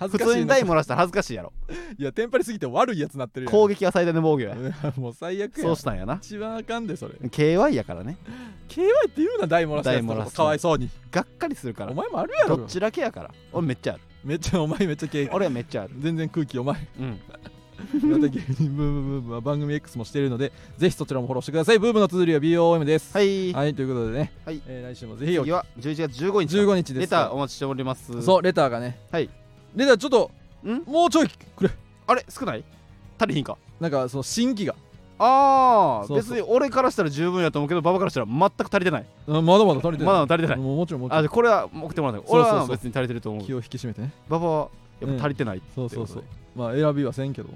S2: 恥
S1: 普
S2: ずか
S1: 通
S2: しい
S1: に
S2: な
S1: 台漏らしたら恥ずかしいやろ
S2: いやテンパりすぎて悪いやつになってるやん
S1: 攻撃は最大の防御や
S2: いやもう最悪や
S1: そ
S2: ん
S1: うしたんやな
S2: 一番あかんでそれ
S1: KY やからね
S2: KY って言うな大漏らしたやつの
S1: 大漏
S2: こ
S1: ら
S2: と
S1: す
S2: かわいそうに
S1: がっかりするから
S2: お前もあるや
S1: どっ
S2: ろ
S1: ちだけやから俺めっちゃある
S2: めっちゃお前めっちゃ経験
S1: 俺はめっちゃある
S2: 全然空気お前
S1: うん
S2: また芸人ブームブームは番組 X もしているのでぜひそちらもフォローしてくださいブームの綴りは BOM です
S1: はい
S2: はい、ということでね、
S1: はい
S2: えー来週もぜひお
S1: 次は11月15日
S2: 15日です
S1: レターお待ちしております
S2: そうレターがね
S1: はい
S2: レターちょっと
S1: ん
S2: もうちょいくれ
S1: あれ少ない足りひんか
S2: なんかその新規が、
S1: ああ
S2: そうそう
S1: 別に俺からしたら十分やと思うけど馬場からしたら全く足りてない
S2: うん、まだまだ足りてない
S1: まだ足りてない
S2: もうもちろんもちろ
S1: あ
S2: ん
S1: でこれは送ってもらう
S2: そう
S1: 俺
S2: そうそう
S1: は別に足りてると思う
S2: 気を引き締めてね
S1: 馬場はやっぱ足りてない、
S2: そうそうそ
S1: といううこ
S2: まあ選びはせんけど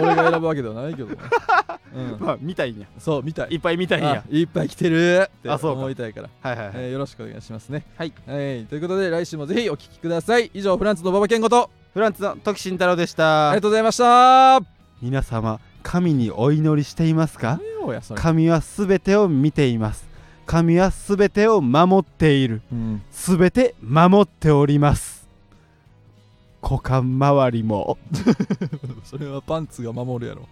S2: 俺が選ぶわけではないけど、 うん、
S1: まあ見たいんや
S2: そう見たい
S1: いっぱい見たいんや
S2: あいっぱい来てるって
S1: あそうか
S2: 思いたいから
S1: はいはいはい
S2: えーよろしくお願いしますね
S1: はい、
S2: ということで来週もぜひお聞きください以上フランスの馬場健吾と
S1: フランツの徳慎太郎でし
S2: あ
S1: た
S2: りがとうございました
S1: 皆様神にお祈りしていますか
S2: おやそれ
S1: 神はすべてを見ています神はすべてを守っている
S2: うん
S1: すべて守っております股間周りも
S2: それはパンツが守るやろ